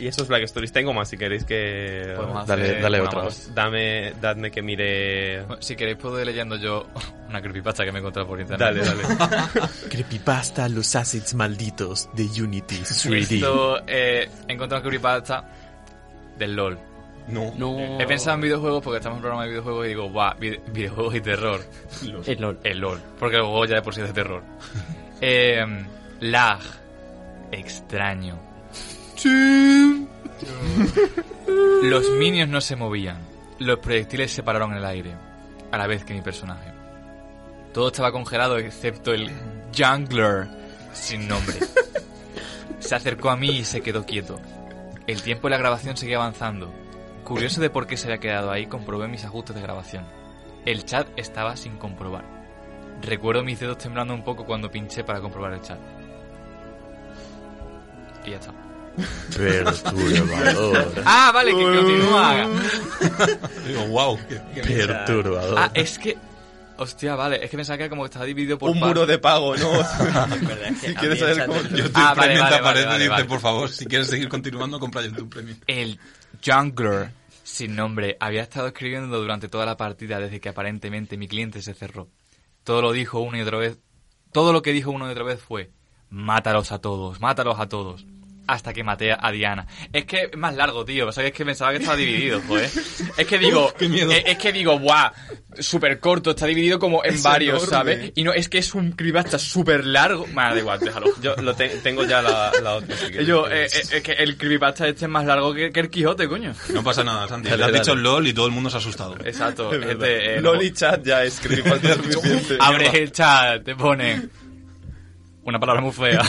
Speaker 3: Y eso es Black Stories. Tengo más si queréis que.
Speaker 4: Podemos
Speaker 2: dale-
Speaker 4: hacer
Speaker 2: dale
Speaker 4: una
Speaker 2: otra.
Speaker 4: cosa.
Speaker 3: Dame, dadme que mire.
Speaker 4: Bueno, Si queréis puedo ir leyendo yo una creepypasta que me he encontrado por internet.
Speaker 3: Dale, dale.
Speaker 2: Creepypasta los assets malditos de Unity 3D.
Speaker 4: Esto, eh, he encontrado una creepypasta del LOL.
Speaker 6: No.
Speaker 5: No.
Speaker 4: He pensado en videojuegos porque estamos en un programa de videojuegos y digo, va, vide- videojuegos y terror.
Speaker 6: Los-
Speaker 5: El LOL.
Speaker 4: El LOL, porque el juego ya de por sí es de terror. Eh, lag. Extraño. Los minions no se movían. Los proyectiles se pararon en el aire, a la vez que mi personaje. Todo estaba congelado excepto el jungler sin nombre. Se acercó a mí y se quedó quieto. El tiempo de la grabación seguía avanzando. Curioso de por qué se había quedado ahí, comprobé mis ajustes de grabación. El chat estaba sin comprobar. Recuerdo mis dedos temblando un poco cuando pinché para comprobar el chat. Y ya está.
Speaker 2: Perturbador.
Speaker 4: Ah, vale, que continúa.
Speaker 6: Digo, wow.
Speaker 2: Perturbador.
Speaker 4: Ah, es que. Hostia, vale, es que pensaba que era como que estaba dividido por.
Speaker 3: un
Speaker 4: par-
Speaker 3: muro de pago, ¿no?
Speaker 7: ¿verdad? Que
Speaker 3: Si
Speaker 7: a
Speaker 3: quieres
Speaker 7: mí el
Speaker 3: saber
Speaker 7: chat-
Speaker 3: cómo-
Speaker 6: Yo te
Speaker 4: Ah, vale,
Speaker 6: premium
Speaker 4: vale,
Speaker 6: te aparece
Speaker 4: vale,
Speaker 6: y dice,
Speaker 4: vale.
Speaker 6: por favor, si quieres seguir continuando, compra YouTube Premium.
Speaker 4: El jungler sin nombre había estado escribiendo durante toda la partida desde que aparentemente mi cliente se cerró. Todo lo dijo una y otra vez. Todo lo que dijo una y otra vez fue: Mátalos a todos, mátalos a todos. Hasta que maté a Diana. Es que es más largo, tío. O sea, es que pensaba que estaba dividido, joder. Es que digo, Es, es que digo, guau, súper corto, está dividido como en
Speaker 3: Es
Speaker 4: varios,
Speaker 3: enorme.
Speaker 4: ¿sabes? Y no, es que es un cribasta súper largo. Madre, da igual, déjalo.
Speaker 3: Yo lo te- tengo eh, ya la, la otra. si quieres.
Speaker 4: Yo, eh, eh, es que el creepypasta este es más largo que, que el Quijote, coño.
Speaker 6: No pasa nada, Santi.
Speaker 3: Dale,
Speaker 6: Le has
Speaker 3: dale.
Speaker 6: dicho LOL y todo el mundo se ha asustado.
Speaker 4: Exacto.
Speaker 3: Es verdad.
Speaker 4: gente, eh,
Speaker 3: Loli chat Este, ya es creepypasta suficiente.
Speaker 4: no- abres el chat, te ponen una palabra muy fea.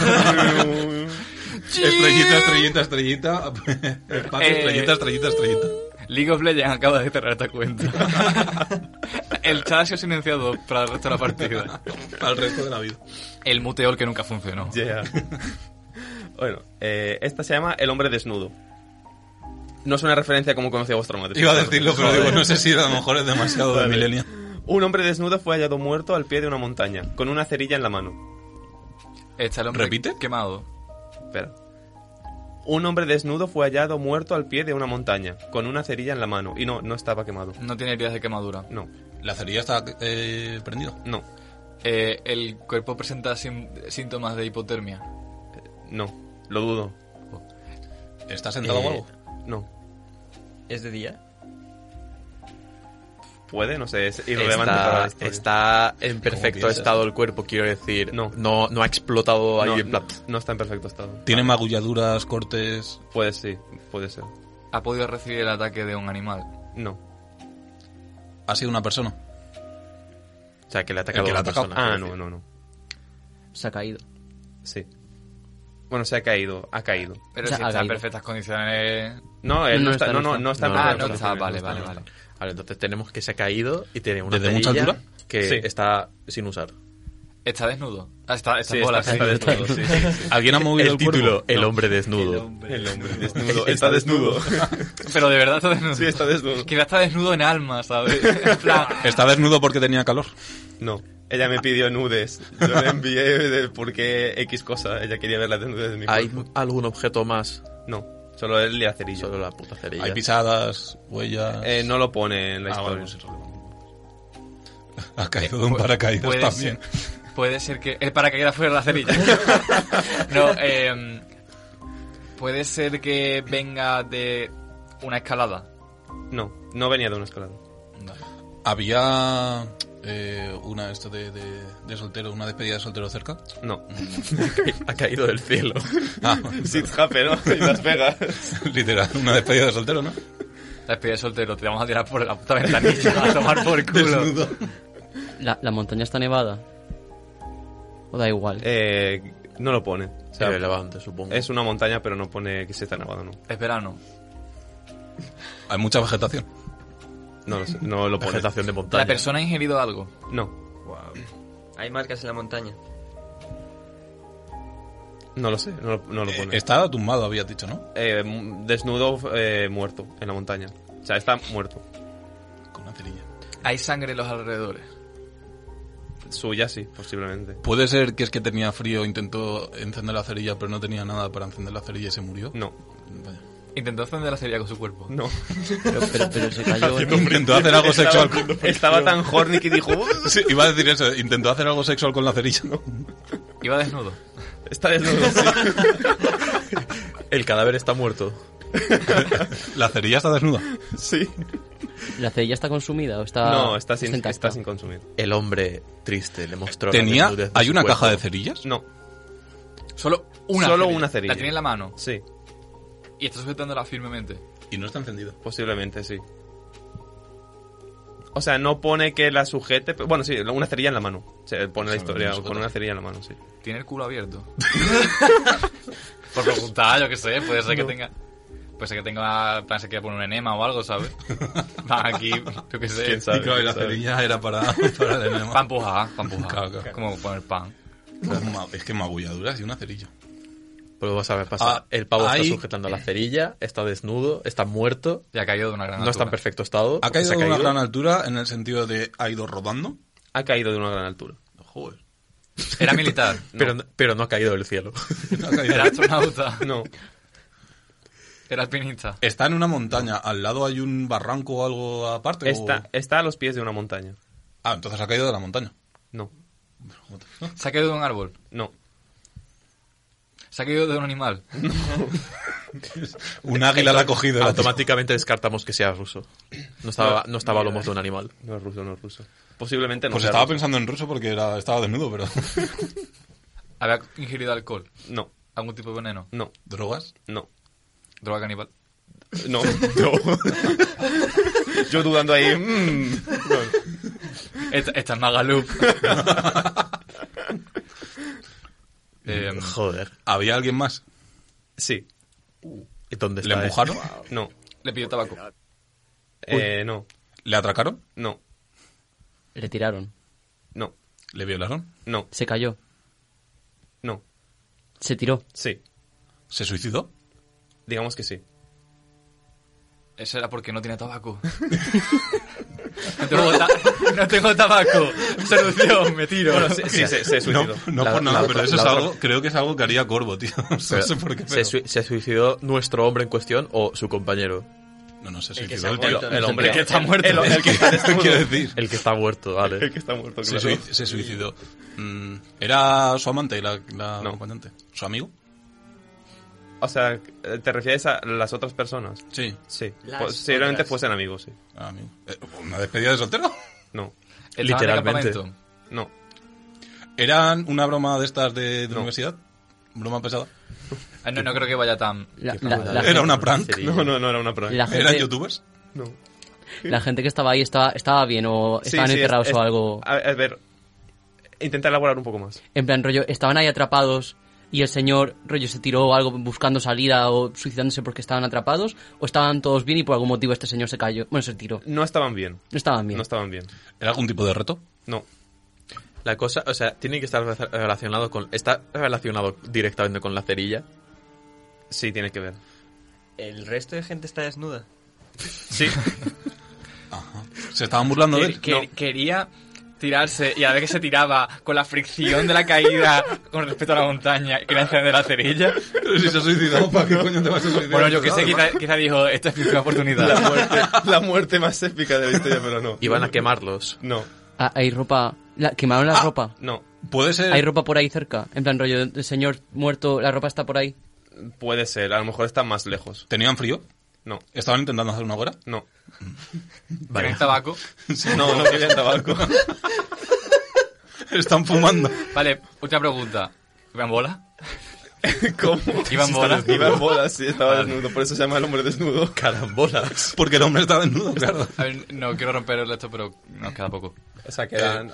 Speaker 6: Estrellita, estrellita, estrellita. Espacio,
Speaker 4: Eh.
Speaker 6: estrellita, estrellita, estrellita.
Speaker 4: League of Legends acaba de cerrar esta cuenta. El chat se ha silenciado para el resto de la partida.
Speaker 6: Al resto de la vida.
Speaker 4: El muteol que nunca funcionó.
Speaker 3: Yeah. bueno, eh, esta se llama El hombre desnudo. No es una referencia como conocía vuestra madre.
Speaker 6: Iba a decirlo, pero digo, no sé si a lo mejor es demasiado de
Speaker 3: Vale.
Speaker 6: millennial.
Speaker 3: Un hombre desnudo fue hallado muerto al pie de una montaña, con una cerilla en la mano.
Speaker 4: Está el hombre
Speaker 6: ¿Repite?
Speaker 4: quemado.
Speaker 3: Espera. Un hombre desnudo fue hallado muerto al pie de una montaña, con una cerilla en la mano. Y no, no estaba quemado.
Speaker 4: No tiene heridas de quemadura.
Speaker 3: No,
Speaker 6: La cerilla está eh, prendida.
Speaker 3: no,
Speaker 4: Eh, el cuerpo presenta sim- síntomas de hipotermia.
Speaker 3: no. Lo dudo.
Speaker 6: ¿Está sentado o
Speaker 7: Eh,
Speaker 6: algo?
Speaker 3: No.
Speaker 7: ¿Es de día?
Speaker 3: Puede, no sé, es irrelevante para la
Speaker 2: Está,
Speaker 3: historia.
Speaker 2: está en perfecto
Speaker 6: piensas?
Speaker 2: estado el cuerpo, quiero decir.
Speaker 3: No.
Speaker 2: No, no, ha explotado ahí
Speaker 3: no,
Speaker 2: en plan.
Speaker 3: no está en perfecto estado.
Speaker 4: Ah.
Speaker 6: ¿Tiene magulladuras, cortes?
Speaker 3: Puede, sí, puede ser.
Speaker 4: Ha podido recibir el ataque de un animal.
Speaker 3: No.
Speaker 6: ¿Ha sido una persona?
Speaker 2: O sea, que le ha atacado
Speaker 6: El que le
Speaker 2: a
Speaker 6: ha
Speaker 2: una
Speaker 6: atacado.
Speaker 2: persona.
Speaker 3: Ah,
Speaker 2: quiero
Speaker 3: no,
Speaker 2: decir.
Speaker 3: no, no.
Speaker 5: eh, Se ha caído.
Speaker 3: Sí. Bueno, se ha caído, ha caído.
Speaker 4: Pero
Speaker 5: O sea,
Speaker 4: si
Speaker 5: ha
Speaker 4: está en
Speaker 5: caído.
Speaker 4: perfectas condiciones.
Speaker 3: No, él no,
Speaker 5: No
Speaker 3: está,
Speaker 5: está,
Speaker 3: no,
Speaker 5: no
Speaker 3: no, no está
Speaker 5: está.
Speaker 3: en
Speaker 2: No,
Speaker 4: Ah,
Speaker 3: perfecto
Speaker 4: no estaba,
Speaker 3: estado.
Speaker 4: vale,
Speaker 3: No
Speaker 4: vale,
Speaker 3: está.
Speaker 4: vale.
Speaker 2: Vale, entonces tenemos que se ha caído y tiene una
Speaker 6: ¿Desde mucha
Speaker 2: cerilla
Speaker 6: altura?
Speaker 2: que
Speaker 3: Sí.
Speaker 2: está sin usar.
Speaker 4: Está desnudo. Ah, está, está
Speaker 3: Sí,
Speaker 4: en bola,
Speaker 3: está,
Speaker 4: sí.
Speaker 3: está desnudo, sí, sí, sí.
Speaker 6: ¿Alguien ha movido el,
Speaker 2: el título,
Speaker 6: cuerpo?
Speaker 2: El hombre desnudo.
Speaker 3: El hombre desnudo. Está desnudo.
Speaker 4: Pero de verdad está desnudo.
Speaker 3: Sí, está desnudo.
Speaker 4: Quizá está desnudo en alma, ¿sabes? En plan,
Speaker 6: ¿Está desnudo porque tenía calor?
Speaker 3: No. Ella me pidió nudes. Yo le envié de por qué X cosa. Ella quería ver las desnudes de mi
Speaker 2: ¿Hay
Speaker 3: cuerpo.
Speaker 2: algún objeto más?
Speaker 3: No. Solo él y la cerilla.
Speaker 2: Solo la puta cerilla.
Speaker 6: ¿Hay pisadas, huellas?
Speaker 3: Eh, no lo pone en la
Speaker 6: Ah,
Speaker 3: historia.
Speaker 6: vale, pues es relevante. ha caído de un paracaídas
Speaker 4: puede
Speaker 6: también.
Speaker 4: Ser, puede ser que. El paracaídas fuera la cerilla. no, eh, Puede ser que venga de una escalada.
Speaker 3: No, no venía de una escalada.
Speaker 4: No.
Speaker 6: ¿Había eh, una esto de, de- de soltero, una despedida de soltero cerca?
Speaker 3: No.
Speaker 2: ha caído del cielo.
Speaker 6: Ah,
Speaker 3: It's happen, ¿no? En Las Vegas.
Speaker 6: literal, una despedida de soltero, ¿no?
Speaker 4: La despedida de soltero, te vamos a tirar por la puta ventanilla a tomar por culo.
Speaker 6: Desnudo.
Speaker 5: La, la montaña está nevada. O da igual.
Speaker 3: Eh, no lo pone. O sea,
Speaker 2: Irrelevante, supongo.
Speaker 3: es una montaña, pero no pone que se está nevado, no.
Speaker 4: Es verano.
Speaker 6: Hay mucha vegetación.
Speaker 3: No lo sé, no lo pone.
Speaker 2: vegetación de montaña.
Speaker 4: La persona ha ingerido algo.
Speaker 3: No,
Speaker 7: Hay marcas en la montaña.
Speaker 3: no lo sé, no, lo- no lo
Speaker 6: Eh,
Speaker 3: pone.
Speaker 6: estaba tumbado, habías dicho, ¿no?
Speaker 3: Eh, m- desnudo, eh, muerto, en la montaña. O sea, está muerto.
Speaker 6: Con una cerilla.
Speaker 4: Hay sangre en los alrededores.
Speaker 3: Suya sí, posiblemente.
Speaker 6: Puede ser que es que tenía frío, intentó encender la cerilla, pero no tenía nada para encender la cerilla y se murió.
Speaker 3: No,
Speaker 6: Vaya.
Speaker 4: Intentó encender la cerilla con su cuerpo.
Speaker 3: no.
Speaker 5: Pero, pero- pero se cayó. ¿no?
Speaker 6: Intentó hacer algo sexual. con-
Speaker 3: Estaba tan horny que dijo, "Uh,
Speaker 6: Sí, iba a decir eso, intentó hacer algo sexual con la cerilla.
Speaker 4: Iba desnudo.
Speaker 3: está desnudo. sí.
Speaker 2: El cadáver está muerto.
Speaker 6: La cerilla está desnuda.
Speaker 3: Sí.
Speaker 5: ¿La cerilla está consumida o
Speaker 2: Ah,
Speaker 5: está.?
Speaker 3: no, está sin,
Speaker 5: intacta?
Speaker 3: está sin consumir.
Speaker 2: El hombre Eh, triste le mostró la
Speaker 6: Tenía.
Speaker 2: desnudez de
Speaker 6: ¿Hay
Speaker 2: su
Speaker 6: una
Speaker 2: cuerpo.
Speaker 6: caja de cerillas?
Speaker 3: No,
Speaker 4: Solo una
Speaker 3: Solo
Speaker 4: cerilla.
Speaker 3: una cerilla.
Speaker 4: La tiene en la mano
Speaker 3: sí.
Speaker 4: y está sujetándola firmemente.
Speaker 6: Y no está encendido.
Speaker 3: Posiblemente sí. O sea, no pone que la sujete. pero- Bueno, sí, una cerilla en la mano. Se pone la historia con una cerilla en la mano, sí.
Speaker 4: Tiene el culo abierto. Por preguntar, yo qué sé, puede ser que tenga. Puede ser que tenga. en plan, se quiera poner un enema o algo, ¿sabes? Van aquí, yo qué sé.
Speaker 3: ¿Quién
Speaker 6: Y
Speaker 3: sabe?
Speaker 6: claro, y la
Speaker 3: ¿sabes?
Speaker 6: cerilla era para, para el enema.
Speaker 4: Pan puja, pan puja.
Speaker 6: Claro, claro.
Speaker 4: Como poner pan.
Speaker 6: Ma- Es que magulladuras y una cerilla.
Speaker 2: Pero Pues vas a ver, pasa.
Speaker 6: Ah,
Speaker 2: el pavo
Speaker 6: ahí-
Speaker 2: está sujetando la cerilla, está desnudo, está muerto,
Speaker 4: Ya ha caído de una gran
Speaker 2: no está en
Speaker 4: altura.
Speaker 2: perfecto estado.
Speaker 6: Ha
Speaker 2: porque
Speaker 6: caído
Speaker 2: se
Speaker 6: de una gran altura en el sentido de ha ido rodando.
Speaker 3: Ha caído de una gran altura.
Speaker 6: Joder.
Speaker 4: Era militar.
Speaker 2: pero, pero no ha caído del cielo.
Speaker 6: Ha caído.
Speaker 4: Era astronauta.
Speaker 3: No.
Speaker 4: Era alpinista.
Speaker 6: Está en una montaña. Al lado hay un barranco o algo aparte. o-
Speaker 3: Está, está a los pies de una montaña.
Speaker 6: Ah, entonces ha caído de la montaña.
Speaker 3: No.
Speaker 4: Se ha caído de un árbol.
Speaker 3: No.
Speaker 4: Se ha caído de un animal.
Speaker 6: Un águila la ha cogido. la tía.
Speaker 2: Automáticamente descartamos que sea ruso. No estaba, no estaba a lomos de un animal.
Speaker 3: No es ruso, no es ruso. Posiblemente no.
Speaker 6: Pues
Speaker 3: sea
Speaker 6: estaba
Speaker 3: ruso.
Speaker 6: pensando en ruso porque era, estaba desnudo, pero.
Speaker 4: Había ingerido alcohol.
Speaker 3: No,
Speaker 4: Algún tipo de veneno.
Speaker 3: no,
Speaker 6: ¿Drogas?
Speaker 3: no.
Speaker 4: Droga caníbal.
Speaker 3: No, no. Yo dudando ahí. mm, no.
Speaker 4: Esta, esta es Magalup. Eh,
Speaker 2: Joder.
Speaker 6: ¿Había alguien más?
Speaker 3: Sí.
Speaker 2: ¿Y dónde
Speaker 6: ¿Le
Speaker 2: está?
Speaker 6: empujaron?
Speaker 3: No.
Speaker 4: le pidió tabaco.
Speaker 3: Eh, no.
Speaker 6: ¿Le atracaron?
Speaker 3: No.
Speaker 5: Le tiraron.
Speaker 3: No.
Speaker 6: ¿Le violaron?
Speaker 3: No.
Speaker 5: Se cayó.
Speaker 3: No.
Speaker 5: Se tiró.
Speaker 3: Sí.
Speaker 6: ¿Se suicidó?
Speaker 3: Digamos que sí.
Speaker 4: Eso era porque no tenía tabaco. no, tengo ta- no tengo tabaco. Solución, me tiro.
Speaker 3: Bueno, sí, sí, se, se
Speaker 6: No,
Speaker 3: suicidó.
Speaker 6: no
Speaker 2: La-
Speaker 6: por nada,
Speaker 2: la
Speaker 6: pero
Speaker 2: otra-
Speaker 6: eso
Speaker 2: la
Speaker 6: es
Speaker 2: otra-
Speaker 6: algo, creo que es algo que haría Corvo, tío. No
Speaker 2: Pero,
Speaker 6: sé por qué.
Speaker 2: ¿se,
Speaker 6: pero-
Speaker 2: sui- se suicidó nuestro hombre en cuestión o su compañero?
Speaker 6: No, no, se
Speaker 7: El que
Speaker 6: suicidó el
Speaker 7: se ha
Speaker 6: tío.
Speaker 7: muerto,
Speaker 6: El
Speaker 7: ¿no?
Speaker 2: El hombre
Speaker 4: El que está muerto.
Speaker 2: El, el que está desnudo.
Speaker 6: Quiero decir,
Speaker 2: El que está muerto, vale.
Speaker 3: que está muerto,
Speaker 6: se, sui- se suicidó. Mm, ¿Era su amante la, la
Speaker 3: No.
Speaker 6: acompañante? ¿Su amigo?
Speaker 3: O sea, ¿te refieres a las otras personas?
Speaker 6: Sí.
Speaker 3: Sí.
Speaker 7: Las
Speaker 3: Posiblemente
Speaker 7: otras.
Speaker 3: fuesen amigos, sí.
Speaker 6: Ah, amigo. Eh, ¿Una despedida de soltero?
Speaker 3: No.
Speaker 4: Estaba en el
Speaker 2: Literalmente.
Speaker 4: campamento.
Speaker 3: No.
Speaker 6: ¿Eran una broma de estas de, de la
Speaker 3: No.
Speaker 6: universidad? ¿Broma pesada?
Speaker 4: Ah, No, no creo que vaya tan.
Speaker 5: La, la- la gente,
Speaker 6: ¿Era una prank?
Speaker 2: Sí.
Speaker 3: No, no, no era una prueba.
Speaker 5: la
Speaker 6: ¿Eran
Speaker 5: gente,
Speaker 6: youtubers?
Speaker 3: No.
Speaker 5: la gente que estaba ahí estaba, estaba bien o
Speaker 3: Sí,
Speaker 5: estaban
Speaker 3: sí, es-
Speaker 5: enterrados
Speaker 3: es-
Speaker 5: o algo.
Speaker 3: A, a ver. Intenta elaborar un poco más.
Speaker 5: En plan, rollo, estaban ahí atrapados y el señor, rollo, se tiró o algo buscando salida o suicidándose porque estaban atrapados o estaban todos bien y por algún motivo este señor se cayó. Bueno, se tiró.
Speaker 3: No estaban bien.
Speaker 5: No estaban bien.
Speaker 3: No estaban bien.
Speaker 6: ¿Era algún tipo de reto?
Speaker 3: No.
Speaker 2: La cosa, o sea, tiene que estar relacionado con. Está relacionado directamente con la cerilla.
Speaker 3: Sí, tiene que ver.
Speaker 7: El resto de gente está desnuda.
Speaker 3: Sí.
Speaker 6: ¿Se estaban burlando de
Speaker 4: Que-
Speaker 6: él?
Speaker 4: que- Quería tirarse y a la vez que se tiraba con la fricción de la caída con respecto a la montaña y quería encender la cerilla.
Speaker 6: Pero si se ha suicidado, ¿para qué coño te vas a suicidar?
Speaker 4: Bueno, yo que sé, quizá, quizá dijo, esta es mi última oportunidad.
Speaker 3: la muerte más épica de la historia, pero no.
Speaker 2: Iban a quemarlos.
Speaker 3: No.
Speaker 5: Ah, hay ropa. la- quemaron
Speaker 3: Ah.
Speaker 5: la ropa.
Speaker 3: No.
Speaker 6: Puede ser...
Speaker 5: Hay ropa por ahí cerca. En plan, rollo, el señor muerto, la ropa está por ahí.
Speaker 3: Puede ser. A lo mejor están más lejos.
Speaker 6: ¿Tenían frío?
Speaker 3: No.
Speaker 6: ¿Estaban intentando hacer una hora?
Speaker 3: No.
Speaker 4: Tienen tabaco.
Speaker 3: No, no querían tabaco.
Speaker 6: Están fumando.
Speaker 4: Vale, última pregunta. ¿Iban bola?
Speaker 3: ¿Cómo?
Speaker 4: Iban
Speaker 3: Sí,
Speaker 4: bolas.
Speaker 3: estaba- Iban bolas, sí, estaba desnudo. Por eso se llama el hombre desnudo. Carambolas.
Speaker 6: Porque el hombre está desnudo, claro.
Speaker 4: A ver, no quiero romper el esto, pero nos queda poco.
Speaker 3: O sea, quedan.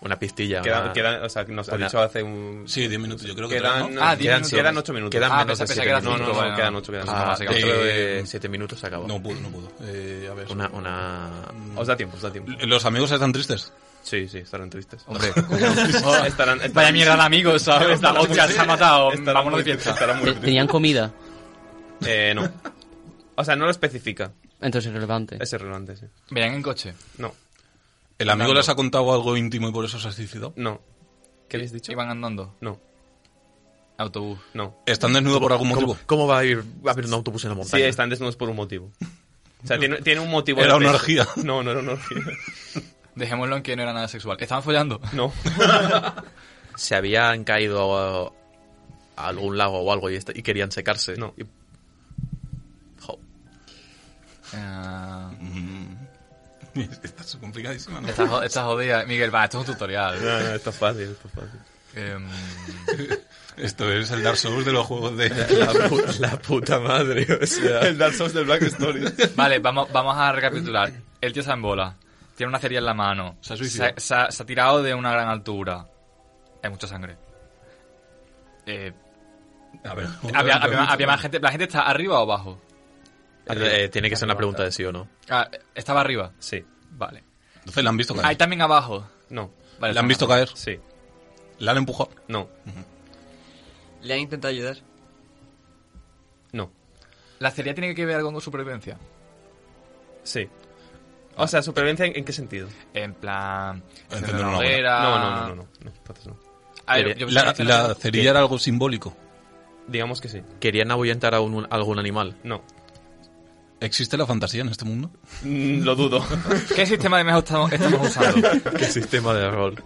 Speaker 2: Una pistilla.
Speaker 3: quedan,
Speaker 2: una-
Speaker 3: quedan- o sea, nos ha
Speaker 2: Ah. Una-
Speaker 3: dicho hace un.
Speaker 6: Sí, 10 minutos, yo creo que
Speaker 3: Quedan,
Speaker 6: tres,
Speaker 4: Ah, diez
Speaker 3: quedan,
Speaker 4: minutos.
Speaker 3: quedan ocho minutos.
Speaker 2: Quedan
Speaker 4: Ah,
Speaker 2: menos
Speaker 4: pensaba- pensaba
Speaker 2: de siete
Speaker 4: que era
Speaker 2: minutos.
Speaker 4: cinco,
Speaker 3: no, no,
Speaker 4: vale,
Speaker 3: quedan ocho, quedan ocho.
Speaker 2: Ah,
Speaker 4: se acabó.
Speaker 2: dentro
Speaker 6: Eh,
Speaker 2: de siete minutos se acabó.
Speaker 6: No pudo, no pudo. Eh, a ver.
Speaker 2: Una, una...
Speaker 3: Os da tiempo, os da tiempo.
Speaker 6: ¿Los amigos están tristes?
Speaker 3: Sí, sí, estarán tristes.
Speaker 4: Hombre,
Speaker 3: estarán, estarán,
Speaker 4: vaya mierda de amigos, ¿sabes? La hostia se ha matado,
Speaker 3: estarán
Speaker 4: vámonos
Speaker 3: muy
Speaker 4: de
Speaker 3: tristes,
Speaker 4: fiesta.
Speaker 3: Estarán muy
Speaker 5: Te-
Speaker 3: tristes.
Speaker 5: Tenían comida.
Speaker 3: Eh, no. O sea, no lo especifica.
Speaker 5: Entonces es relevante.
Speaker 3: Es irrelevante, sí.
Speaker 4: Venían en coche.
Speaker 3: eh. No,
Speaker 6: ¿El amigo les ha contado algo íntimo y por eso se ha suicidado?
Speaker 3: no. ¿Qué habéis dicho?
Speaker 4: Iban andando,
Speaker 3: No,
Speaker 4: autobús.
Speaker 3: no.
Speaker 6: ¿Están desnudos por algún motivo?
Speaker 2: ¿Cómo, cómo va a ir va a haber un autobús en la
Speaker 3: Sí,
Speaker 2: montaña?
Speaker 3: están desnudos por un motivo. O sea, tiene, tiene un motivo.
Speaker 6: Era
Speaker 3: de
Speaker 6: una
Speaker 3: peso.
Speaker 6: orgía.
Speaker 3: No, no era una orgía.
Speaker 4: Dejémoslo en que no era nada sexual. Estaban follando.
Speaker 3: No.
Speaker 2: Se habían caído a, a algún lago o algo y, est- y querían secarse.
Speaker 3: No.
Speaker 2: Y-
Speaker 4: Eh,
Speaker 6: Esta es complicadísima,
Speaker 2: Eh.
Speaker 6: ¿no?
Speaker 4: Está, jo- está jodida. Miguel, va, esto es un tutorial.
Speaker 2: No, no, esto es fácil, esto es fácil.
Speaker 4: Em,
Speaker 6: Esto es el Dark Souls de los juegos de...
Speaker 2: La, pu- la puta madre, o sea.
Speaker 6: el Dark Souls del Black Story.
Speaker 4: vale, vamos, vamos a recapitular. El tío está en bola. Tiene una cerilla en la mano.
Speaker 6: Se ha suicidado.
Speaker 4: Se, se ha- se ha tirado de una gran altura. Hay mucha sangre. Eh,
Speaker 6: A ver,
Speaker 4: había, había más- había más gente. ¿La gente está arriba o abajo?
Speaker 2: Eh, tiene que ser una pregunta de sí o no.
Speaker 4: Ah, estaba arriba.
Speaker 2: Sí.
Speaker 4: Vale.
Speaker 6: Entonces la han visto
Speaker 4: Hay
Speaker 6: caer.
Speaker 4: también abajo.
Speaker 2: No.
Speaker 4: Vale,
Speaker 6: La han
Speaker 4: está
Speaker 6: visto
Speaker 4: abajo.
Speaker 6: caer.
Speaker 2: Sí.
Speaker 6: La han empujado.
Speaker 2: No.
Speaker 7: ¿Le han intentado ayudar?
Speaker 2: No.
Speaker 4: ¿La cerilla tiene que ver algo con supervivencia?
Speaker 2: Sí. O sea, supervivencia en, en qué sentido?
Speaker 4: En plan.
Speaker 6: Encender
Speaker 4: encender
Speaker 6: una hoguera.
Speaker 4: hoguera.
Speaker 2: No, no, no, no, no, no, entonces no.
Speaker 4: A ver,
Speaker 2: Mire,
Speaker 4: yo
Speaker 6: La,
Speaker 4: pensaba
Speaker 6: la
Speaker 4: que
Speaker 6: cerilla era algo simbólico.
Speaker 2: Digamos que sí. ¿Querían ahuyentar a un- algún animal? No.
Speaker 6: ¿Existe la fantasía en este mundo?
Speaker 3: Mm,
Speaker 2: Lo dudo.
Speaker 4: era- ¿Qué sistema de mejor estamos, estamos usando?
Speaker 2: ¿Qué sistema de rol?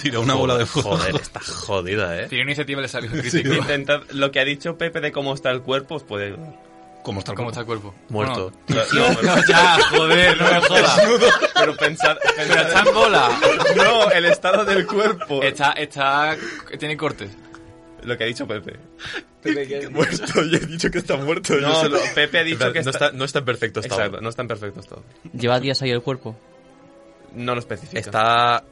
Speaker 6: Tira una bola de fuego.
Speaker 2: Joder, está jodida, ¿eh?
Speaker 4: Tiene iniciativa y le salió un crítico.
Speaker 3: Intentad, lo que ha dicho Pepe de cómo está el cuerpo os puede ayudar.
Speaker 6: ¿Cómo está el
Speaker 4: ¿Cómo está
Speaker 6: cuerpo?
Speaker 4: el cuerpo?
Speaker 2: Muerto.
Speaker 4: Bueno,
Speaker 3: No, no, pero-
Speaker 4: ya, joder, no me jodas.
Speaker 3: pero pensad,
Speaker 4: Pero
Speaker 3: pensad-
Speaker 4: está en bola.
Speaker 3: No, el estado del cuerpo.
Speaker 4: Está, está. Tiene cortes.
Speaker 3: Lo que ha dicho Pepe.
Speaker 2: Muerto, yo he dicho que está muerto. yo
Speaker 3: No,
Speaker 2: se lo-
Speaker 3: lo- Pepe ha dicho
Speaker 2: En plan,
Speaker 3: que
Speaker 2: no
Speaker 3: está-
Speaker 2: está, no está en perfecto estado.
Speaker 3: Exacto, no está en perfecto estado.
Speaker 5: Lleva días ahí el cuerpo.
Speaker 3: No lo especifica.
Speaker 2: Está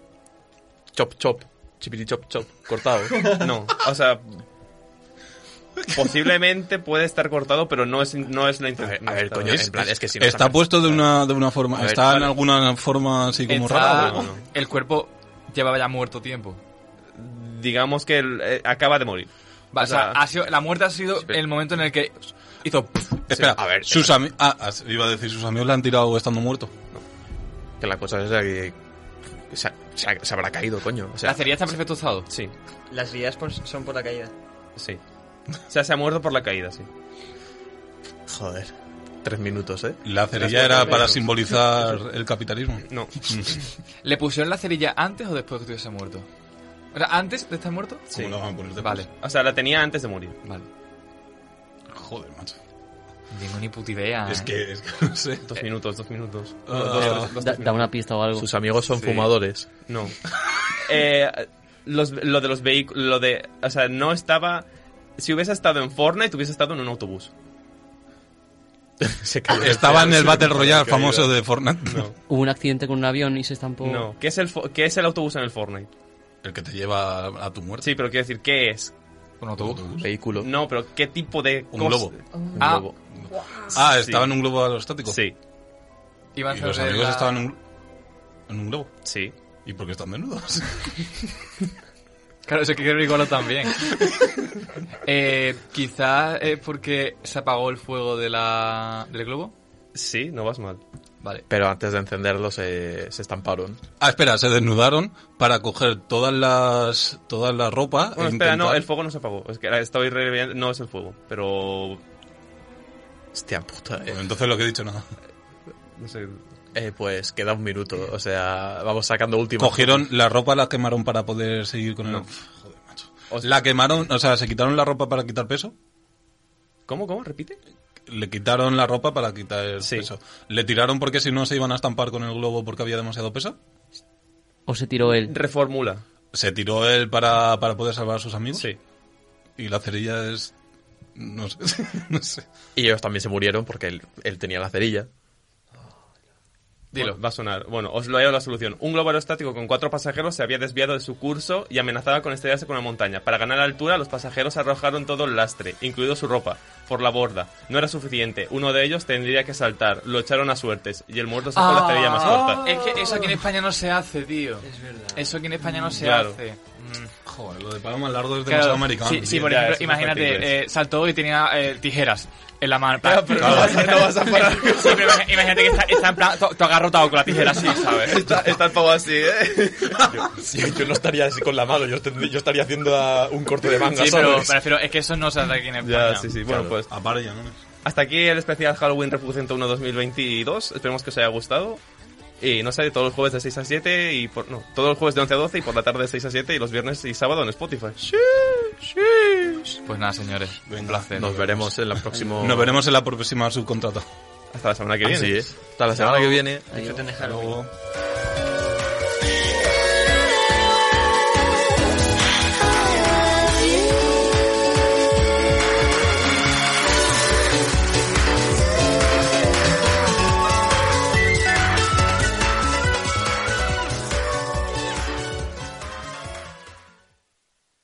Speaker 2: chop chop, chipiti chop chop, cortado.
Speaker 3: No, o sea... Posiblemente puede estar cortado, pero no es, no es la intención.
Speaker 2: A ver, coño, en plan, es pues que si no
Speaker 6: está puesto de una, de una forma.
Speaker 2: ver,
Speaker 6: ¿Está en
Speaker 2: vale.
Speaker 6: alguna forma así como
Speaker 4: Está-
Speaker 6: rara?
Speaker 3: no, no.
Speaker 4: El cuerpo llevaba ya muerto tiempo.
Speaker 3: Digamos que él, eh, acaba de morir.
Speaker 4: Vale, o sea,
Speaker 3: O sea,
Speaker 4: ha sido, la muerte ha sido el momento en el que hizo.
Speaker 6: Espera,
Speaker 2: Sí, a ver,
Speaker 6: sus ami- ah, as- iba a decir, sus amigos le han tirado estando muerto.
Speaker 2: Que la cosa es la que que se, ha- se ha- se habrá caído, coño. O sea,
Speaker 4: la cerilla está en perfecto estado.
Speaker 3: Sí,
Speaker 7: Las heridas por- son por la caída.
Speaker 3: sí. O sea, se ha muerto por la caída, sí.
Speaker 2: joder. Tres minutos, ¿eh?
Speaker 6: La cerilla era para simbolizar el capitalismo.
Speaker 3: No,
Speaker 4: ¿Le pusieron la cerilla antes o después que estuviese muerto? O sea, ¿Antes de estar muerto?
Speaker 6: ¿Cómo la van a poner después?
Speaker 4: Vale,
Speaker 3: o sea, la tenía antes de morir.
Speaker 4: vale.
Speaker 6: Joder, macho.
Speaker 4: No tengo ni puta idea.
Speaker 6: Es
Speaker 4: ¿eh?
Speaker 6: que, es que no sé.
Speaker 3: Dos minutos, dos minutos.
Speaker 6: Ah.
Speaker 5: Da, da una pista o algo.
Speaker 2: Sus amigos son
Speaker 4: Sí.
Speaker 2: fumadores.
Speaker 3: No. Eh, los- lo de los vehículos, lo de... O sea, no estaba... Si hubiese estado en Fortnite, hubiese estado en un autobús.
Speaker 2: Se cayó.
Speaker 6: Estaba en el Battle Royale famoso de Fortnite.
Speaker 3: No.
Speaker 5: Hubo un accidente con un avión y se estampó.
Speaker 3: No. ¿Qué es, el, fo- ¿Qué es el autobús en el Fortnite?
Speaker 6: El que te lleva a tu muerte.
Speaker 3: Sí, pero quiero decir, ¿qué es?
Speaker 4: Un autobús.
Speaker 2: Vehículo.
Speaker 3: No, pero ¿qué tipo de
Speaker 6: Un
Speaker 3: cos-
Speaker 6: globo.
Speaker 2: Un
Speaker 4: Ah.
Speaker 2: globo.
Speaker 6: Ah,
Speaker 3: Sí.
Speaker 6: estaba en un globo aerostático.
Speaker 3: Sí,
Speaker 4: Iban
Speaker 6: Y los
Speaker 4: sobre
Speaker 6: amigos
Speaker 4: la-
Speaker 6: estaban en un, en un globo.
Speaker 3: sí.
Speaker 6: ¿Y por qué están desnudos?
Speaker 4: Claro, eso hay que averiguarlo también. eh, quizás es porque se apagó el fuego de la... del globo.
Speaker 3: Sí, no vas mal.
Speaker 4: Vale.
Speaker 2: Pero antes de encenderlo se, se estamparon.
Speaker 6: Ah, espera, se desnudaron para coger todas las todas las ropa. e
Speaker 3: Bueno, espera, no,
Speaker 6: intentar-
Speaker 3: el fuego no se apagó. Es que ahora estoy reviviendo- No es el fuego, pero...
Speaker 2: Hostia puta,
Speaker 6: Bueno,
Speaker 2: eh.
Speaker 6: entonces lo que he dicho nada.
Speaker 3: No sé.
Speaker 2: Eh, pues queda un minuto. O sea, vamos sacando último.
Speaker 6: Cogieron la ropa, la quemaron para poder seguir con el. Joder, macho.
Speaker 3: O sea-
Speaker 6: La quemaron, o sea, se quitaron la ropa para quitar peso.
Speaker 3: ¿Cómo, cómo? ¿Repite?
Speaker 6: Le quitaron la ropa para quitar el
Speaker 3: Sí.
Speaker 6: peso. Le tiraron porque si no se iban a estampar con el globo porque había demasiado peso.
Speaker 5: O se tiró él.
Speaker 3: Reformula.
Speaker 6: Se tiró él para, para poder salvar a sus amigos.
Speaker 3: Sí.
Speaker 6: Y la cerilla es. No sé. no sé.
Speaker 2: Y ellos también se murieron porque él, él tenía la cerilla.
Speaker 3: Dilo, va a sonar. Bueno, os lo he dado la solución. Un globo aerostático con cuatro pasajeros se había desviado de su curso y amenazaba con estrellarse con una montaña. Para ganar altura, los pasajeros arrojaron todo el lastre, incluido su ropa, por la borda. No era suficiente. Uno de ellos tendría que saltar. Lo echaron a suertes y el muerto sacó la cerilla más
Speaker 2: Ah.
Speaker 6: Ah,
Speaker 3: corta.
Speaker 4: Es que eso aquí en España no se hace, tío. Es verdad. Eso aquí en España no se
Speaker 3: Claro.
Speaker 4: hace. Mm.
Speaker 6: Joder, lo de palo más largo es demasiado
Speaker 4: Claro,
Speaker 6: americano.
Speaker 4: sí, sí,
Speaker 6: tío.
Speaker 4: por
Speaker 3: Ya,
Speaker 4: ejemplo,
Speaker 3: eso es factible.
Speaker 4: imagínate, eh, saltó y tenía eh, tijeras en la mano. pero
Speaker 3: no vas a- no vas a parar.
Speaker 4: Sí, pero imag- imagínate que está, está en plan, todo agarrotado con la tijera así, ¿sabes?
Speaker 3: Está, está el pavo así, ¿eh?
Speaker 2: Yo, yo no estaría así con la mano, yo, tendría- yo estaría haciendo ah, un corte de manga.
Speaker 4: Sí, pero
Speaker 2: ¿sabes?
Speaker 4: prefiero, es que eso no se hace aquí en España.
Speaker 3: Ya, sí, sí. Bueno, pues
Speaker 6: A par ya, ¿no?
Speaker 3: hasta aquí el especial Halloween Refugio 101 2022. Esperemos que os haya gustado. Y no sé, todos los jueves de 6 a 7 y por, no, todos los jueves de 11 a 12 y por la tarde de 6 a 7 y los viernes y sábado en Spotify.
Speaker 4: Pues nada, señores.
Speaker 6: Venga,
Speaker 4: un placer.
Speaker 2: Nos veremos en la próxima.
Speaker 6: Nos veremos en la próxima subcontrata.
Speaker 8: Hasta la semana que viene.
Speaker 3: Así es. Hasta la semana que viene.
Speaker 2: Disfruten de Halloween.
Speaker 6: Luego-